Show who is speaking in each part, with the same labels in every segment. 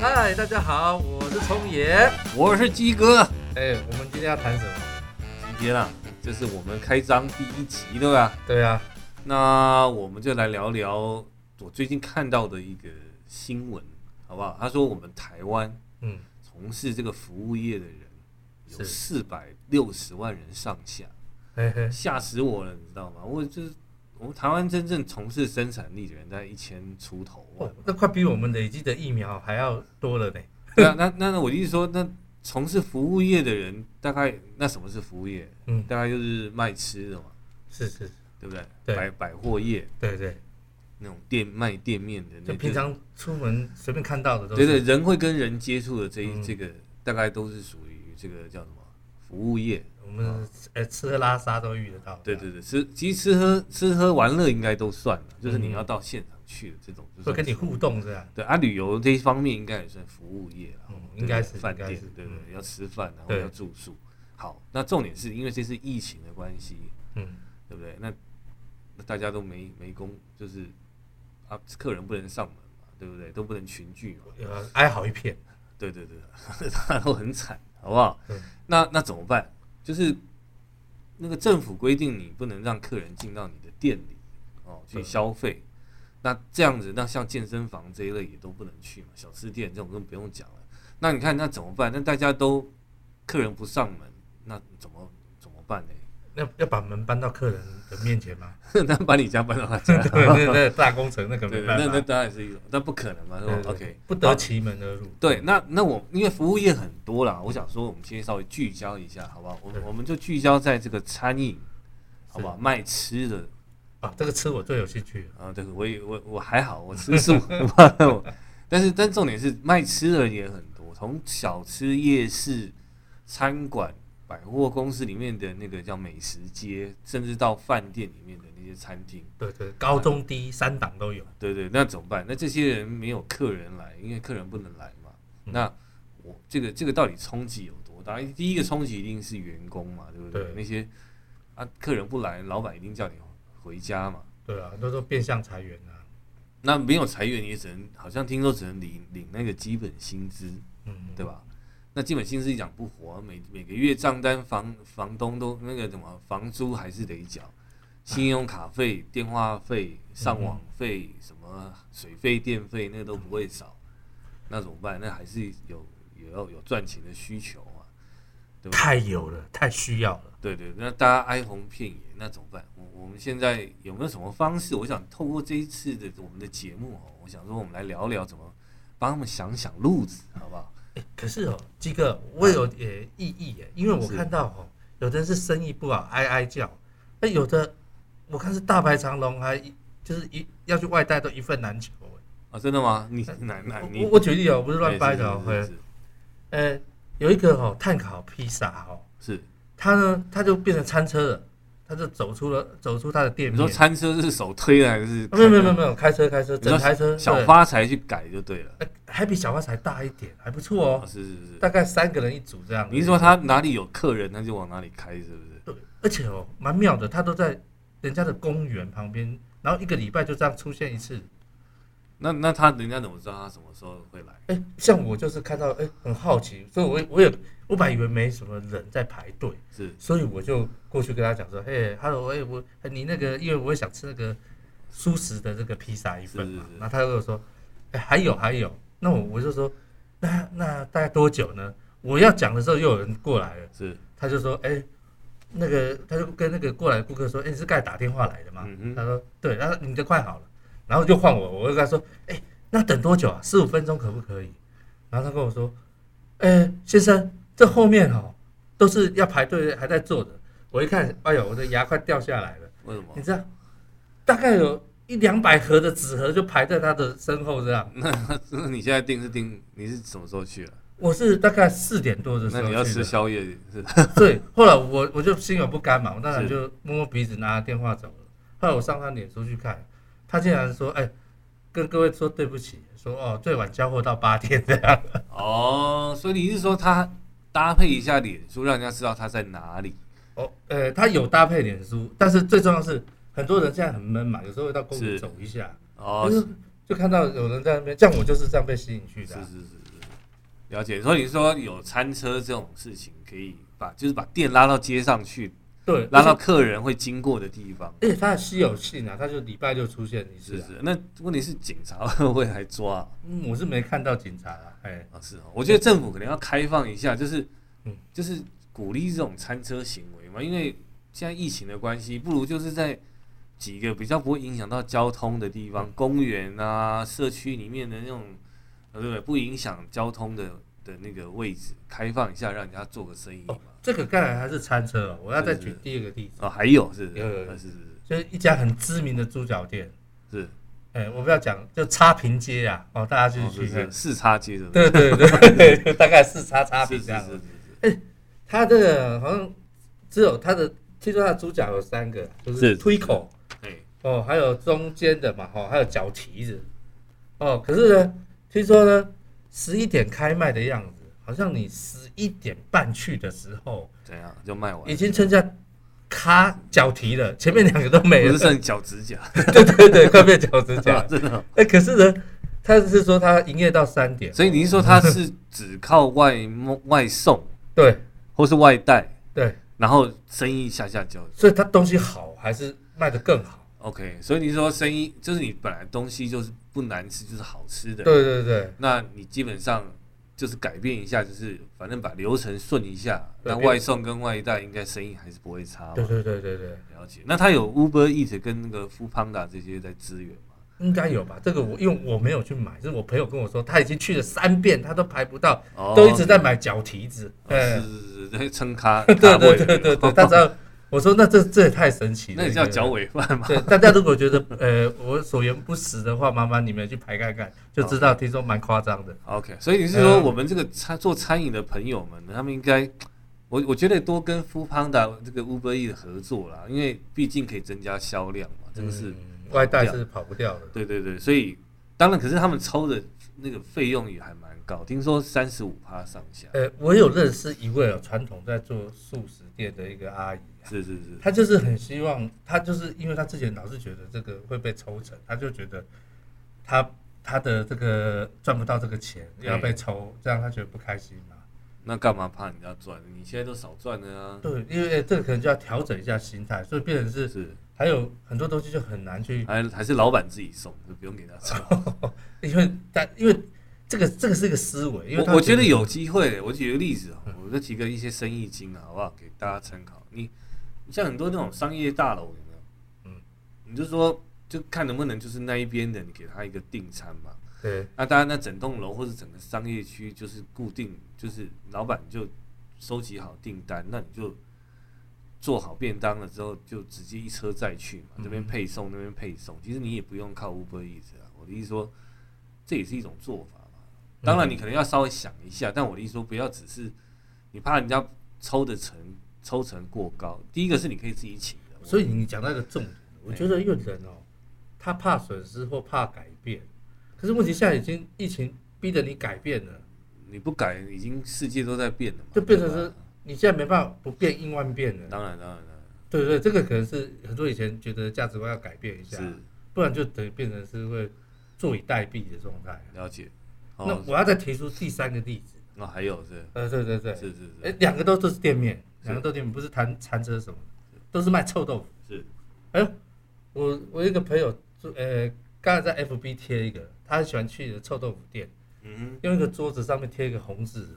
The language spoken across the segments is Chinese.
Speaker 1: 嗨，大家好，我是聪爷。
Speaker 2: 我是鸡哥，
Speaker 1: 哎，我们今天要谈什么？
Speaker 2: 今天啊，这是我们开张第一集，对吧？
Speaker 1: 对啊，
Speaker 2: 那我们就来聊聊我最近看到的一个新闻，好不好？他说我们台湾
Speaker 1: 嗯，
Speaker 2: 从事这个服务业的人有
Speaker 1: 是
Speaker 2: 四百六十万人上下，
Speaker 1: 嘿嗯嘿，
Speaker 2: 吓死我了，你知道吗？我就是我们台湾真正从事生产力的人在一千出头万
Speaker 1: 哦，，那快比我们累积的疫苗还要多了呢。
Speaker 2: 对啊，那那那我的意思说，那从事服务业的人大概那什么是服务业？
Speaker 1: 嗯，
Speaker 2: 大概就是卖吃的嘛，
Speaker 1: 是是，
Speaker 2: 对不对？
Speaker 1: 对
Speaker 2: 百百货业
Speaker 1: 对对，
Speaker 2: 那种店卖店面的那，
Speaker 1: 就平常出门随便看到的都
Speaker 2: 对
Speaker 1: 是。
Speaker 2: 对人会跟人接触的这一、
Speaker 1: 嗯
Speaker 2: 这个大概都是属于这个叫什么服务业？
Speaker 1: 我们呃吃喝拉撒都遇得到。
Speaker 2: 对对对，吃其实吃喝吃喝玩乐应该都算了，就是你
Speaker 1: 嗯
Speaker 2: 要到现场去的这种，就
Speaker 1: 会
Speaker 2: 算
Speaker 1: 跟你
Speaker 2: 是
Speaker 1: 互动是吧？
Speaker 2: 对啊，旅游这一方面应该也算服务业了。
Speaker 1: 嗯，
Speaker 2: 对
Speaker 1: 应该是，
Speaker 2: 饭
Speaker 1: 应该
Speaker 2: 店
Speaker 1: 是，，
Speaker 2: 对不对？要吃饭，然后
Speaker 1: 对
Speaker 2: 要住宿。好，那重点是因为这是疫情的关系，
Speaker 1: 嗯，
Speaker 2: 对不对？那那大家都没没工，就是啊，客人不能上门嘛，对不对？都不能群聚嘛，
Speaker 1: 呃，哀嚎一片。
Speaker 2: 对对 对，大家都很惨，好不好？
Speaker 1: 嗯
Speaker 2: 那那怎么办？就是那个政府规定你不能让客人进到你的店里哦去
Speaker 1: 对
Speaker 2: 消费。那这样子，那像健身房这一类也都不能去嘛，小吃店这种更不用讲了。那你看那怎么办？那大家都客人不上门，那怎么怎么办呢？
Speaker 1: 要要把门搬到客人的面前 吗？
Speaker 2: 那把你家搬到他家，
Speaker 1: 对对对，大工程那个
Speaker 2: 对，
Speaker 1: 没
Speaker 2: 那
Speaker 1: 办
Speaker 2: 那
Speaker 1: 法。
Speaker 2: 当然是一种，但不可能嘛，是
Speaker 1: 对
Speaker 2: 吧
Speaker 1: 对
Speaker 2: ？OK，
Speaker 1: 不得
Speaker 2: 好
Speaker 1: 其门而入。
Speaker 2: 对，那那我因为服务业很多啦，我想说我们今天稍微聚焦一下，好不好？我们
Speaker 1: 对
Speaker 2: 我们就聚焦在这个餐饮，好不好？
Speaker 1: 是
Speaker 2: 卖吃的
Speaker 1: 啊，这个吃我最有兴趣了。
Speaker 2: 啊，对我也我我还好，我吃素，好吧 我但是但重点是卖吃的人也很多，从小吃、夜市、餐馆、百货公司里面的那个叫美食街，甚至到饭店里面的那些餐厅，
Speaker 1: 对对，高中低三档都有。
Speaker 2: 对对，那怎么办？那这些人没有客人来，因为客人不能来嘛。
Speaker 1: 嗯
Speaker 2: 那我这个这个到底冲击有多大？第一个冲击一定是员工嘛，对不对？
Speaker 1: 对
Speaker 2: 那些啊，客人不来，老板一定叫你回家嘛。
Speaker 1: 对啊，都说变相裁员啊。
Speaker 2: 那没有裁员，你也只能好像听说只能领领那个基本薪资，
Speaker 1: 嗯，
Speaker 2: 对吧？那基本薪资养不活，每每个月账单房房东都那个什么房租还是得缴，信用卡费、电话费、上网费、什么水费、电费，那都不会少。那怎么办？那还是有也要有赚钱的需求啊，对吧？
Speaker 1: 太有了，太需要了。
Speaker 2: 对对，那大家哀鸿遍野，那怎么办？我我们现在有没有什么方式？我想透过这一次的我们的节目哦，我想说我们来聊聊怎么帮他们想想路子，好不好？
Speaker 1: 诶可是哦，鸡哥，我有也异议耶，因为我看到哦，有的人是生意不好哀哀叫，那有的我看是大排长龙，还一就是一要去外带都一份难求耶。
Speaker 2: 啊，真的吗？你 哪
Speaker 1: 我
Speaker 2: 哪哎你
Speaker 1: 我我举例哦，不是乱掰的哦，
Speaker 2: 哎是
Speaker 1: 呃，有一个哦碳烤披萨哦，
Speaker 2: 是是是
Speaker 1: 他呢他就变成餐车了，他就走出了走出他的
Speaker 2: 是
Speaker 1: 店
Speaker 2: 你
Speaker 1: 面。
Speaker 2: 说餐车是手推的还是？
Speaker 1: 啊没有没有没有没有，开车开车，
Speaker 2: 你说
Speaker 1: 整台车
Speaker 2: 小
Speaker 1: 对
Speaker 2: 发财去改就对了。
Speaker 1: 呃还比小花才大一点，还不错哦
Speaker 2: 哦，，是是是。
Speaker 1: 大概三个人一组这样。
Speaker 2: 你是说他哪里有客人，他就往哪里开，是不是？
Speaker 1: 对，而且哦，蛮妙的，他都在人家的公园旁边，然后一个礼拜就这样出现一次。
Speaker 2: 那那他人家怎么知道他什么时候会来？
Speaker 1: 哎，像我就是看到，哎，很好奇，所以我也我也我本来以为没什么人在排队，
Speaker 2: 是
Speaker 1: 所以我就过去跟他讲说，嘿，hello，哎，我你那个，因为我也想吃那个素食的这个披萨一份嘛，
Speaker 2: 是是是
Speaker 1: 然后他就说，哎，还有还有，那我我就说，那那大概多久呢？我要讲的时候又有人过来了，
Speaker 2: 是，
Speaker 1: 他就说，哎、那个，他就跟那个过来的顾客说，哎、你是刚才打电话来的吗？
Speaker 2: 嗯哼
Speaker 1: 他说，对，他说你的快好了，然后就换我，我就跟他说，哎、那等多久啊？十五分钟可不可以？然后他跟我说，哎、先生，这后面哦都是要排队还在坐的。我一看，哎呦，我的牙快掉下来了，
Speaker 2: 为什么
Speaker 1: 你？知道，大概有一两百盒的纸盒就排在他的身后这样。
Speaker 2: 那那你现在订是订，你是什么时候去了？
Speaker 1: 我是大概四点多的时
Speaker 2: 那
Speaker 1: 候
Speaker 2: 你要
Speaker 1: 去的
Speaker 2: 吃宵夜是？
Speaker 1: 对，后来我我就心有不甘嘛，我当然就摸摸鼻子，拿着电话走了。后来我上他脸书去看，他竟然说：“哎、跟各位说对不起，说哦最晚交货到八点这样。
Speaker 2: 哦，所以你是说他搭配一下脸书，让人家知道他在哪里？”
Speaker 1: 哦，呃，他有搭配脸书，但是最重要的是很多人现在很闷嘛，有时候会到公园
Speaker 2: 是
Speaker 1: 走一下，
Speaker 2: 哦，
Speaker 1: 就是是就看到有人在那边，像我就是这样被吸引去
Speaker 2: 是
Speaker 1: 的啊、
Speaker 2: 是是是，了解。所以你说有餐车这种事情，可以把就是把店拉到街上去，
Speaker 1: 对，
Speaker 2: 拉到客人会经过的地方。
Speaker 1: 而且它的稀有性啊，它就礼拜六出现一次、
Speaker 2: 是不
Speaker 1: 啊。
Speaker 2: 是？那问题是警察会不会来抓啊？
Speaker 1: 嗯，我是没看到警察啦，哎，
Speaker 2: 啊是哦，我觉得政府可能要开放一下，就是
Speaker 1: 嗯
Speaker 2: 就是鼓励这种餐车行为嘛，因为现在疫情的关系，不如就是在几个比较不会影响到交通的地
Speaker 1: 嗯
Speaker 2: 方，公园啊、社区里面的那种，呃，对不对？不影响交通的的那个位置开放一下，让人家做个生意嘛。
Speaker 1: 这个刚才还是餐车哦，我要再
Speaker 2: 是
Speaker 1: 举
Speaker 2: 是
Speaker 1: 第二个例子，
Speaker 2: 哦，还有是不是
Speaker 1: 有有有
Speaker 2: 呃是是
Speaker 1: 就是一家很知名的猪脚店，
Speaker 2: 是是
Speaker 1: 哎，我不要讲，就差评街啊，哦，大家
Speaker 2: 哦
Speaker 1: 去
Speaker 2: 是
Speaker 1: 去看
Speaker 2: 是，四叉街是不
Speaker 1: 对
Speaker 2: 是？
Speaker 1: 对对， 就大概四叉叉
Speaker 2: 是
Speaker 1: 评
Speaker 2: 是
Speaker 1: 这样
Speaker 2: 是。是
Speaker 1: 它这个好像只有它的，听说它的猪脚有三个，就是
Speaker 2: 是
Speaker 1: 推口
Speaker 2: 是，哎对，
Speaker 1: 哦，还有中间的嘛，哦，还有脚蹄子，哦，可是呢，听说呢，十一点开卖的样子，好像你十一点半去的时候，
Speaker 2: 怎样就卖完了，
Speaker 1: 已经剩下咔脚蹄了，前面两个都没了
Speaker 2: 不是，剩脚趾甲，，
Speaker 1: 对对对，快变脚趾甲
Speaker 2: 真的哦。
Speaker 1: 哎、可是呢，他是说他营业到三点，
Speaker 2: 所以您说它是只靠外贸外送
Speaker 1: 对
Speaker 2: 或是外带，
Speaker 1: 对，
Speaker 2: 然后生意下下焦。
Speaker 1: 所以他东西好还是卖得更好，
Speaker 2: OK，所以您说生意就是你本来东西就是不难吃，就是好吃的。
Speaker 1: 对对对。
Speaker 2: 那你基本上就是改变一下，就是反正把流程顺一下。
Speaker 1: 对
Speaker 2: 那外送跟外带应该生意还是不会差嘛。
Speaker 1: 对对对对对，
Speaker 2: 了解。那它有 Uber Eat 跟那个 f o o Panda 这些在支援吗？
Speaker 1: 应该有吧？这个我因为我没有去买，是我朋友跟我说，他已经去了三遍，他都排不到，
Speaker 2: 哦
Speaker 1: 都一直在买脚蹄子。
Speaker 2: 哦
Speaker 1: 哎，
Speaker 2: 是是是，在撑咖
Speaker 1: 对
Speaker 2: 咖
Speaker 1: 对
Speaker 2: 位
Speaker 1: 对对 对，
Speaker 2: 哦
Speaker 1: 他只要我说那这这也太神奇了，
Speaker 2: 那你叫脚尾饭吗？
Speaker 1: 对，大家如果觉得呃我所言不实的话，麻烦你们去排看看，就知道。听说蛮夸张的，
Speaker 2: OK，所以你是说
Speaker 1: 嗯
Speaker 2: 我们这个餐做餐饮的朋友们，他们应该，我我觉得多跟 f o o Panda 这个 Uber E 的合作啦，因为毕竟可以增加销量嘛，这个是、
Speaker 1: 嗯外带是跑不掉的。
Speaker 2: 对对对，所以当然，可是他们抽的那个费用也还蛮高，听说三十五趴上下，
Speaker 1: 呃，我有认识一位哦，传统在做素食店的一个阿姨啊，
Speaker 2: 是是是，
Speaker 1: 她就是很希望，她就是因为她之前老是觉得这个会被抽成，她就觉得她她的这个赚不到这个钱
Speaker 2: 对
Speaker 1: 要被抽，这样她觉得不开心嘛。
Speaker 2: 那干嘛怕人家赚？你现在都少赚了啊，
Speaker 1: 对，因为呃这个可能就要调整一下心态，所以变成是
Speaker 2: 是，
Speaker 1: 还有很多东西就很难去，
Speaker 2: 还还是老板自己送，就不用给他抽。
Speaker 1: 因为但因为这个这个是一个思维，因为她
Speaker 2: 我我觉得有机会，我举个例子啊，我再提个一些生意经啊，好不好？给大家参考。你像很多那种商业大楼，有没有？
Speaker 1: 嗯
Speaker 2: 嗯，你就说就看能不能就是那一边的，你给他一个订餐嘛。
Speaker 1: 对
Speaker 2: 那当然，那整栋楼或者整个商业区就是固定，就是老板就收集好订单，那你就做好便当了之后，就直接一车再去嘛，这
Speaker 1: 嗯
Speaker 2: 边配送那边配送，其实你也不用靠 Uber Eats 啊。我的意思说，这也是一种做法嘛。当
Speaker 1: 嗯
Speaker 2: 然，你可能要稍微想一下，但我的意思说，不要只是你怕人家抽的成抽成过高。第一个是你可以自己请的，
Speaker 1: 所以你讲到一个重点，我觉得一个人哦，他怕损失或怕改变，可是问题现在已经疫情逼得你改变了，
Speaker 2: 啊你不改，已经世界都在变了嘛，
Speaker 1: 就变成
Speaker 2: 对吧啊
Speaker 1: 是你现在没办法不变应万变了。
Speaker 2: 当然，当然，当然
Speaker 1: 对不对，这个可能是很多以前觉得价值观要改变一下，啊
Speaker 2: 是
Speaker 1: 不然就等于变成是会坐以待毙的状态。
Speaker 2: 了解。
Speaker 1: 那我要再提出第三个例子，
Speaker 2: 那还有哦是
Speaker 1: 呃，对对对，
Speaker 2: 是是
Speaker 1: 哎
Speaker 2: 是，
Speaker 1: 两个都都是店面，
Speaker 2: 是
Speaker 1: 两个都店面，不是餐餐车什么的，都是卖臭豆腐。
Speaker 2: 是
Speaker 1: 哎呦，我我有一个朋友住，呃，刚才在 FB 贴一个，他很喜欢去的臭豆腐店，
Speaker 2: 嗯
Speaker 1: 用一个桌子上面贴一个红字，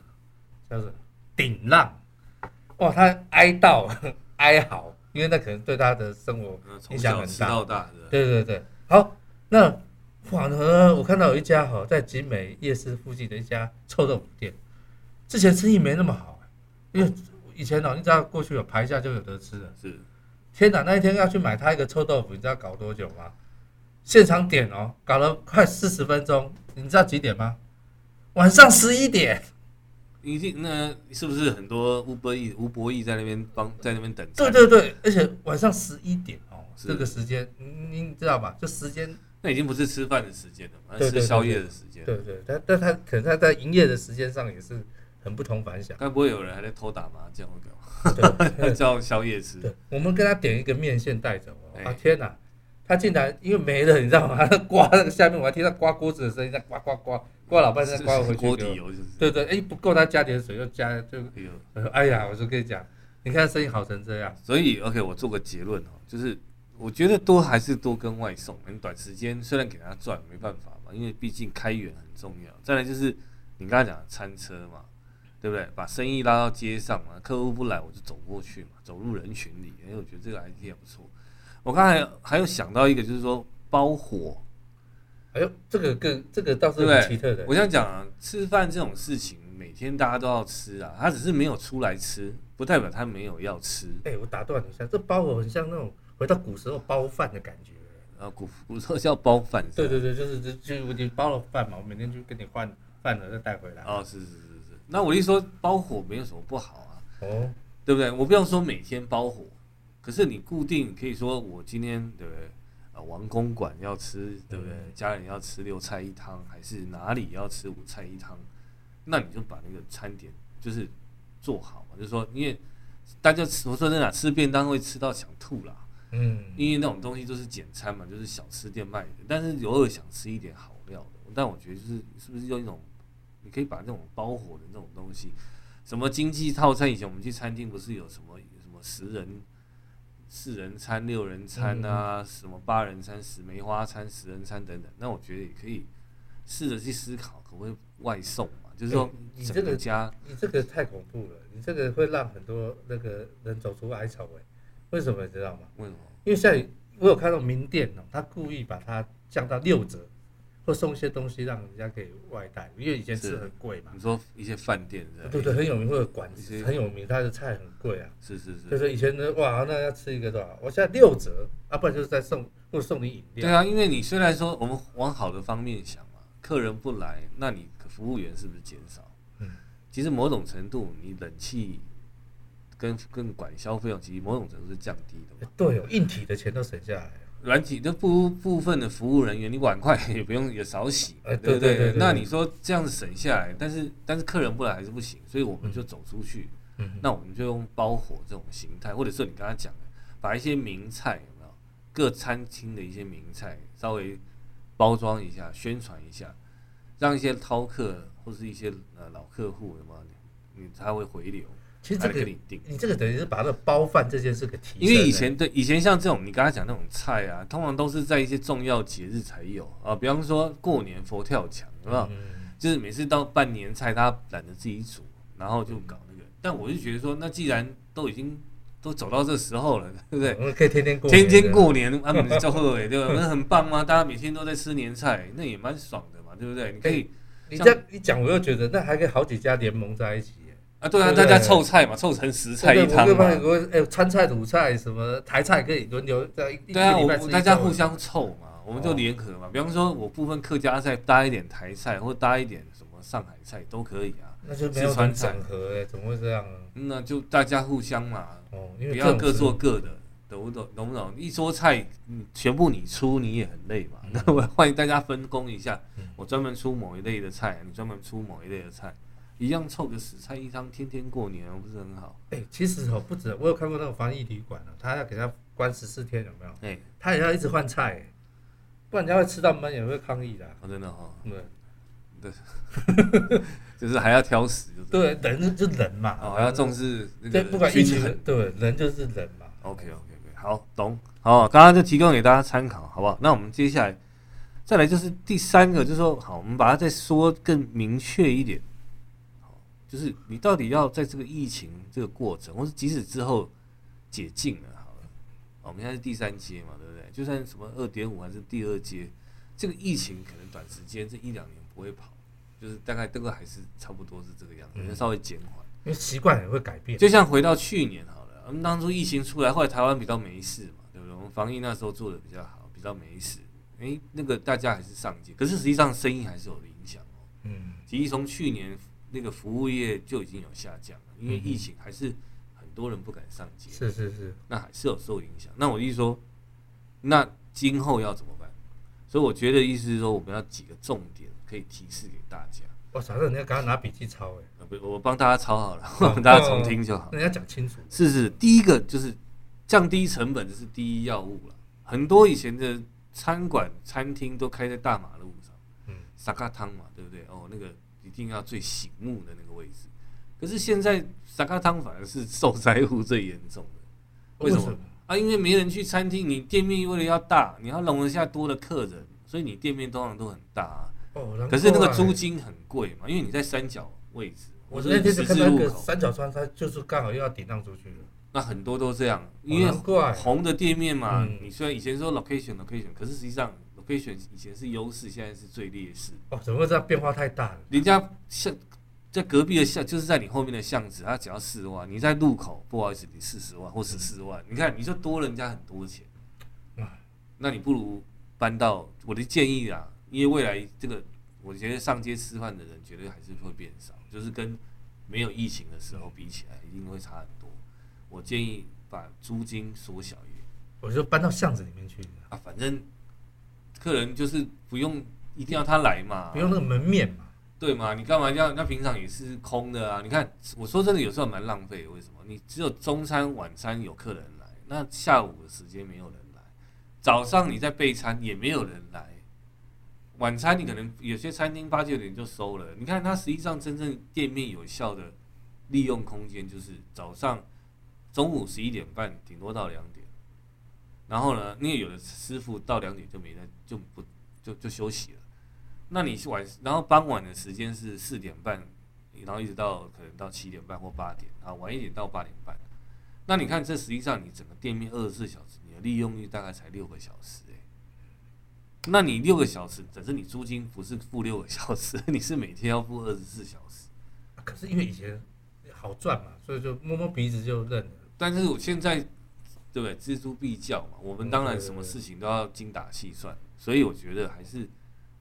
Speaker 1: 叫做“顶浪”。哇，他哀悼 哀嚎，因为那可能对他的生活
Speaker 2: 哼，呃从
Speaker 1: 影响
Speaker 2: 小
Speaker 1: 很
Speaker 2: 吃
Speaker 1: 大。
Speaker 2: 到大的，
Speaker 1: 对对对，好，那反而我看到有一家哈，在集美夜市附近的一家臭豆腐店，之前生意没那么好，因为以前哦，你只要过去有排一下就有得吃了。
Speaker 2: 是
Speaker 1: 天哪，那一天要去买他一个臭豆腐，你知道搞多久吗？现场点哦，搞了快四十分钟，你知道几点吗？晚上十一点。
Speaker 2: 一定那是不是很多吴伯义、吴伯义在那边帮在那边等
Speaker 1: 对
Speaker 2: 餐？
Speaker 1: 对对，而且晚上十一点哦，
Speaker 2: 是
Speaker 1: 这个时间，您您知道吧？就时间，
Speaker 2: 那已经不是吃饭的时间了嘛，
Speaker 1: 对对
Speaker 2: 那吃
Speaker 1: 对
Speaker 2: 宵夜的时间。
Speaker 1: 对对，但但他可能他在营业的时间上也是很不同凡响。
Speaker 2: 该不会有人还在偷打麻将或干嘛？
Speaker 1: 对
Speaker 2: 叫宵夜吃？
Speaker 1: 对，我们跟他点一个面线带走哦，
Speaker 2: 哎
Speaker 1: 啊天哪，他竟然因为没了，你知道吗？ 他刮那个下面，我还听到刮锅子的声音，在刮刮刮，刮老半天，
Speaker 2: 是
Speaker 1: 刮回
Speaker 2: 是
Speaker 1: 去给我。
Speaker 2: 锅底油就是，
Speaker 1: 对对，哎，不够他加点水，又加就，
Speaker 2: 哎呦，
Speaker 1: 我说哎呀，我就跟你讲，你看生意好成这样，
Speaker 2: 所以 OK，我做个结论哦，就是我觉得多还是多跟外送，你短时间虽然给他赚，没办法嘛，因为毕竟开源很重要。再来就是你刚才讲的餐车嘛，对不对？把生意拉到街上嘛，客户不来我就走过去嘛，走入人群里，哎，我觉得这个 idea 不错。我刚才还有想到一个，就是说包火，
Speaker 1: 哎呦，这个更这个倒是
Speaker 2: 对
Speaker 1: 很
Speaker 2: 不对
Speaker 1: 奇特的
Speaker 2: 我，想讲啊，吃饭这种事情，每天大家都要吃啊，他只是没有出来吃，不代表他没有要吃。
Speaker 1: 哎，我打断你一下，这包我很像那种回到古时候包饭的感觉。
Speaker 2: 然后呃古古时候叫包饭，是吧
Speaker 1: 对对对，就是就就你包了饭嘛，我每天就跟你换饭了再带回来。
Speaker 2: 哦，是是是是。那我一说包火没有什么不好啊，
Speaker 1: 哦，
Speaker 2: 对不对？我不要说每天包火，可是你固定可以说我今天对不对？呃，王公馆要吃，对不对？家人要吃六菜一汤，还是哪里要吃五菜一汤？那你就把那个餐点就是做好嘛，就是说，因为大家吃，我说真的啊，吃便当会吃到想吐啦，
Speaker 1: 嗯，
Speaker 2: 因为那种东西都是简餐嘛，就是小吃店卖的，但是偶尔想吃一点好料的，但我觉得就是是不是用一种，你可以把那种包火的那种东西，什么经济套餐，以前我们去餐厅不是有什么什么十人、四人餐、六人餐
Speaker 1: 嗯
Speaker 2: 啊，什么八人餐、十梅花餐、十人餐等等，那我觉得也可以试着去思考，可不可以外送嘛，就是说
Speaker 1: 哎你这
Speaker 2: 整
Speaker 1: 个
Speaker 2: 个家
Speaker 1: 你这个太恐怖了，你这个会让很多那个人走出哀愁哎、为什么你知道吗？
Speaker 2: 为什么？
Speaker 1: 因为像我有看到名店哦、他故意把它降到六折，或送一些东西让人家给外带，因为以前
Speaker 2: 是
Speaker 1: 吃很贵嘛，
Speaker 2: 你说一些饭店是吧
Speaker 1: 对对，很有名，或者馆
Speaker 2: 一
Speaker 1: 子
Speaker 2: 些
Speaker 1: 很有名，他的菜很贵啊，
Speaker 2: 是是，
Speaker 1: 就是是以前的哇，那要吃一个多少？我现在六折，啊，不然就是再送或者送你饮
Speaker 2: 对
Speaker 1: 料，
Speaker 2: 啊，因为你虽然说我们往好的方面想嘛，客人不来，那你服务员是不是减少？
Speaker 1: 嗯，
Speaker 2: 其实某种程度，你冷气跟跟管销费用，其实某种程度是降低的嘛。
Speaker 1: 对哦，硬体的钱都省下来了，
Speaker 2: 软体的部部分的服务人员，你碗筷也不用也少洗嘛，
Speaker 1: 哎
Speaker 2: 对
Speaker 1: 对
Speaker 2: 不
Speaker 1: 对对对
Speaker 2: 那你说这样子省下来，但是但是客人不来还是不行，所以我们就走出去，
Speaker 1: 嗯哼
Speaker 2: 那我们就用包火这种形态，或者是你刚刚讲的，把一些名菜有没有各餐厅的一些名菜稍微包装一下、宣传一下，让一些饕客或是一些呃老客户有没有你你他会回流，
Speaker 1: 其实
Speaker 2: 他
Speaker 1: 这
Speaker 2: 来
Speaker 1: 个
Speaker 2: 跟你订。
Speaker 1: 你这个等于是把那包饭这件事给提升、
Speaker 2: 因为以
Speaker 1: 哎
Speaker 2: 前对以前像这种你刚才讲那种菜啊，通常都是在一些重要节日才有啊，比方说过年佛跳墙，有没有？
Speaker 1: 嗯
Speaker 2: 就是每次到办年菜，他懒得自己煮，然后就搞那个。但我就觉得说，那既然都已经都走到这时候了， 对不对？
Speaker 1: 我们可以天天过
Speaker 2: 天
Speaker 1: 年的，
Speaker 2: 天过年，啊，你就会对吧？那很棒啊吗？大家每天都在吃年菜，那也蛮爽的嘛，对不对？你可以
Speaker 1: 你
Speaker 2: 像
Speaker 1: 这样一讲，我又觉得那还可以好几家联盟在一起耶。
Speaker 2: 啊，对啊，
Speaker 1: 对
Speaker 2: 大
Speaker 1: 对
Speaker 2: 家凑菜嘛，凑成十菜一汤
Speaker 1: 对
Speaker 2: 嘛
Speaker 1: 吧？。我哎，川菜、鲁菜什么台菜可以轮流在一
Speaker 2: 对啊，
Speaker 1: 一个礼
Speaker 2: 我
Speaker 1: 拜吃
Speaker 2: 们
Speaker 1: 一
Speaker 2: 大家
Speaker 1: 周
Speaker 2: 互相凑嘛，我们就
Speaker 1: 哦
Speaker 2: 联合嘛。比方说，我部分客家菜搭一点台菜，或搭一点什么上海菜都可以啊。
Speaker 1: 那就没有
Speaker 2: 吃川
Speaker 1: 人
Speaker 2: 菜
Speaker 1: 整合哎，怎么会这样啊？
Speaker 2: 那就大家互相嘛，
Speaker 1: 哦，因为
Speaker 2: 不
Speaker 1: 这
Speaker 2: 要
Speaker 1: 种
Speaker 2: 各
Speaker 1: 事
Speaker 2: 做各的，懂不懂？懂不懂？一桌菜，嗯全部你出，你也很累嘛。
Speaker 1: 嗯
Speaker 2: 那 我欢迎大家分工一下
Speaker 1: 嗯，
Speaker 2: 我专门出某一类的菜，你专门出某一类的菜，一样凑个十菜一汤，天天过年，不是很好？
Speaker 1: 哎，其实哦不止，我有看过那种防疫旅馆啊，他要给他关十四天，有没有？
Speaker 2: 哎，
Speaker 1: 他也要一直换菜哎，不然人家会吃到闷，也会抗议的啊。
Speaker 2: 哦真的哈，
Speaker 1: 对
Speaker 2: 就是还要挑食，就是
Speaker 1: 对，人就人嘛，
Speaker 2: 哦，还要重视那
Speaker 1: 对，
Speaker 2: 个
Speaker 1: 不管疫
Speaker 2: 均
Speaker 1: 情
Speaker 2: 衡。
Speaker 1: 对人就是人嘛。
Speaker 2: OK OK OK，好，懂。好，刚刚就提供给大家参考，好不好？那我们接下来再来就是第三个，就是说，好，我们把它再说更明确一点。好，就是你到底要在这个疫情这个过程，或是即使之后解禁了，好了，好我们现在是第三阶嘛，对不对？就算什么二点五还是第二阶，这个疫情可能短时间这一两年不会跑，就是大概这个还是差不多是这个样子，
Speaker 1: 嗯
Speaker 2: 就稍微减缓。
Speaker 1: 因为习惯也会改变，
Speaker 2: 就像回到去年好了，我们当初疫情出来，后来台湾比较没事嘛，对不对？我们防疫那时候做的比较好，比较没事。诶，那个大家还是上街，可是实际上生意还是有影响哦。
Speaker 1: 嗯，
Speaker 2: 其实从去年那个服务业就已经有下降了，因为疫情还是很多人不敢上街，
Speaker 1: 是是是，
Speaker 2: 那还是有受影响。那我意思说，那今后要怎么办？所以我觉得意思是说，我们要几个重点可以提示给大家。
Speaker 1: 我操，那人家刚刚拿笔记抄哎。
Speaker 2: 呃，不，我帮大家抄好了，我帮 大家重听就好。
Speaker 1: 那你要讲清楚。
Speaker 2: 是是，第一个就是降低成本，这是第一要务了。很多以前的餐馆、餐厅都开在大马路上，
Speaker 1: 嗯，
Speaker 2: 沙咖汤嘛，对不对？哦，那个一定要最醒目的那个位置。可是现在沙咖汤反而是受灾户最严重的，为什么？啊？因为没人去餐厅，你店面为了要大，你要容得下多的客人，所以你店面通常都很大、啊。
Speaker 1: 哦，难
Speaker 2: 可是那个
Speaker 1: 怪
Speaker 2: 租金很贵嘛，因为你在山脚位置，
Speaker 1: 我
Speaker 2: 或
Speaker 1: 那
Speaker 2: 者
Speaker 1: 天
Speaker 2: 是
Speaker 1: 就
Speaker 2: 十
Speaker 1: 看
Speaker 2: 字
Speaker 1: 到一
Speaker 2: 路
Speaker 1: 个
Speaker 2: 口，
Speaker 1: 三角窗，它就是刚好又要顶让出去了，哦
Speaker 2: 那很多都这样，因为
Speaker 1: 难怪
Speaker 2: 红的店面嘛，
Speaker 1: 嗯
Speaker 2: 你虽然以前说 location location，可是实际上 location 以前是优势，现在是最劣势。
Speaker 1: 哦，怎么会这样变化太大了？
Speaker 2: 人家巷在隔壁的巷，就是在你后面的巷子，他只要四万，你在路口，不好意思，你四十万或十四万，你看你就多了人家很多钱
Speaker 1: 哎。
Speaker 2: 那你不如搬到我的建议啊，因为未来这个，我觉得上街吃饭的人绝对还是会变少，就是跟没有疫情的时候比起来，一定会差很多。我建议把租金缩小一点。
Speaker 1: 我就搬到巷子里面去，
Speaker 2: 啊，反正客人就是不用一定要他来嘛，
Speaker 1: 不用那个门面嘛。
Speaker 2: 对嘛？你干嘛要？那平常也是空的啊。你看，我说真的，有时候蛮浪费的。为什么？你只有中餐、晚餐有客人来，那下午的时间没有人来，早上你在备餐也没有人来，晚餐你可能有些餐厅八九点就收了。你看，它实际上真正店面有效的利用空间就是早上、中午十一点半，顶多到两点。然后呢，因为有的师傅到两点就没在，就不就就休息了。那你是晚，然后傍晚的时间是四点半，然后一直到可能到七点半或八点，啊，晚一点到八点半。那你看，这实际上你整个店面二十四小时，你的利用率大概才六个小时、欸，那你六个小时，只是你租金不是付六个小时， 你是每天要付二十四小时。
Speaker 1: 啊可是因为以前好赚嘛，所以就摸摸鼻子就认了。
Speaker 2: 但是我现在，对不对？锱铢必较嘛，我们当然
Speaker 1: 对对
Speaker 2: 什么
Speaker 1: 对
Speaker 2: 事情都要精打细算，所以我觉得还是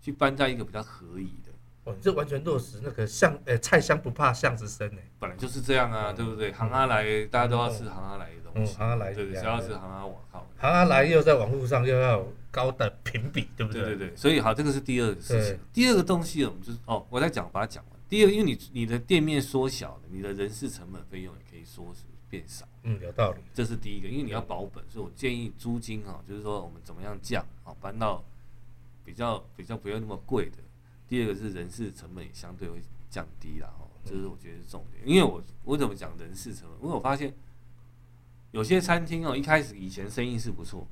Speaker 2: 去搬在一个比较合宜的。
Speaker 1: 哦，你这完全落实那个巷，呃、菜香不怕巷子深呢、
Speaker 2: 本来就是这样啊，对不对？行阿来，大家都要吃行阿来的东
Speaker 1: 嗯，
Speaker 2: 西，
Speaker 1: 行啊来，
Speaker 2: 对对，
Speaker 1: 呀
Speaker 2: 谁要吃行阿我靠，
Speaker 1: 行啊来，又在网络上又要有高的评比，对不
Speaker 2: 对
Speaker 1: 对
Speaker 2: 对对，所以好，这个是第二个事
Speaker 1: 对
Speaker 2: 情。第二个东西，我们就是哦，我再讲，把它讲完。第二个，因为你你的店面缩小了，你的人事成本费用也可以缩变少，
Speaker 1: 嗯，有道理。
Speaker 2: 这是第一个，因为你要保本，所以我建议租金哈、就是说我们怎么样降啊、哦，搬到比较比较不要那么贵的。第二个是人事成本也相对会降低啦，哦，这是我觉得是重点。因为我我怎么讲人事成本？因为我发现有些餐厅哦，一开始以前生意是不错，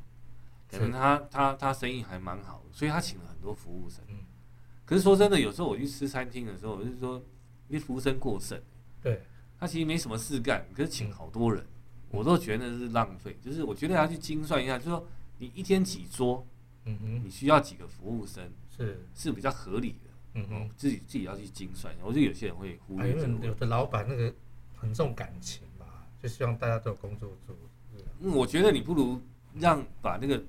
Speaker 2: 可能他他他生意还蛮好的，所以他请了很多服务生。
Speaker 1: 嗯
Speaker 2: 可是说真的，有时候我去吃餐厅的时候，我就是说，因为服务生过剩，
Speaker 1: 对，
Speaker 2: 他其实没什么事干，可是请
Speaker 1: 嗯
Speaker 2: 好多人，我都觉得是浪费。就是我觉得要去精算一下，就是说你一天几桌，
Speaker 1: 嗯哼，
Speaker 2: 你需要几个服务生
Speaker 1: 是，
Speaker 2: 是比较合理的，哦
Speaker 1: 嗯哼。
Speaker 2: 自己自己要去精算一下。我觉得有些人会忽
Speaker 1: 啊，
Speaker 2: 略
Speaker 1: 因
Speaker 2: 这个问
Speaker 1: 为
Speaker 2: 题
Speaker 1: 有。的老板那个很重感情嘛，就希望大家都有工作做。是啊
Speaker 2: 嗯我觉得你不如让把那个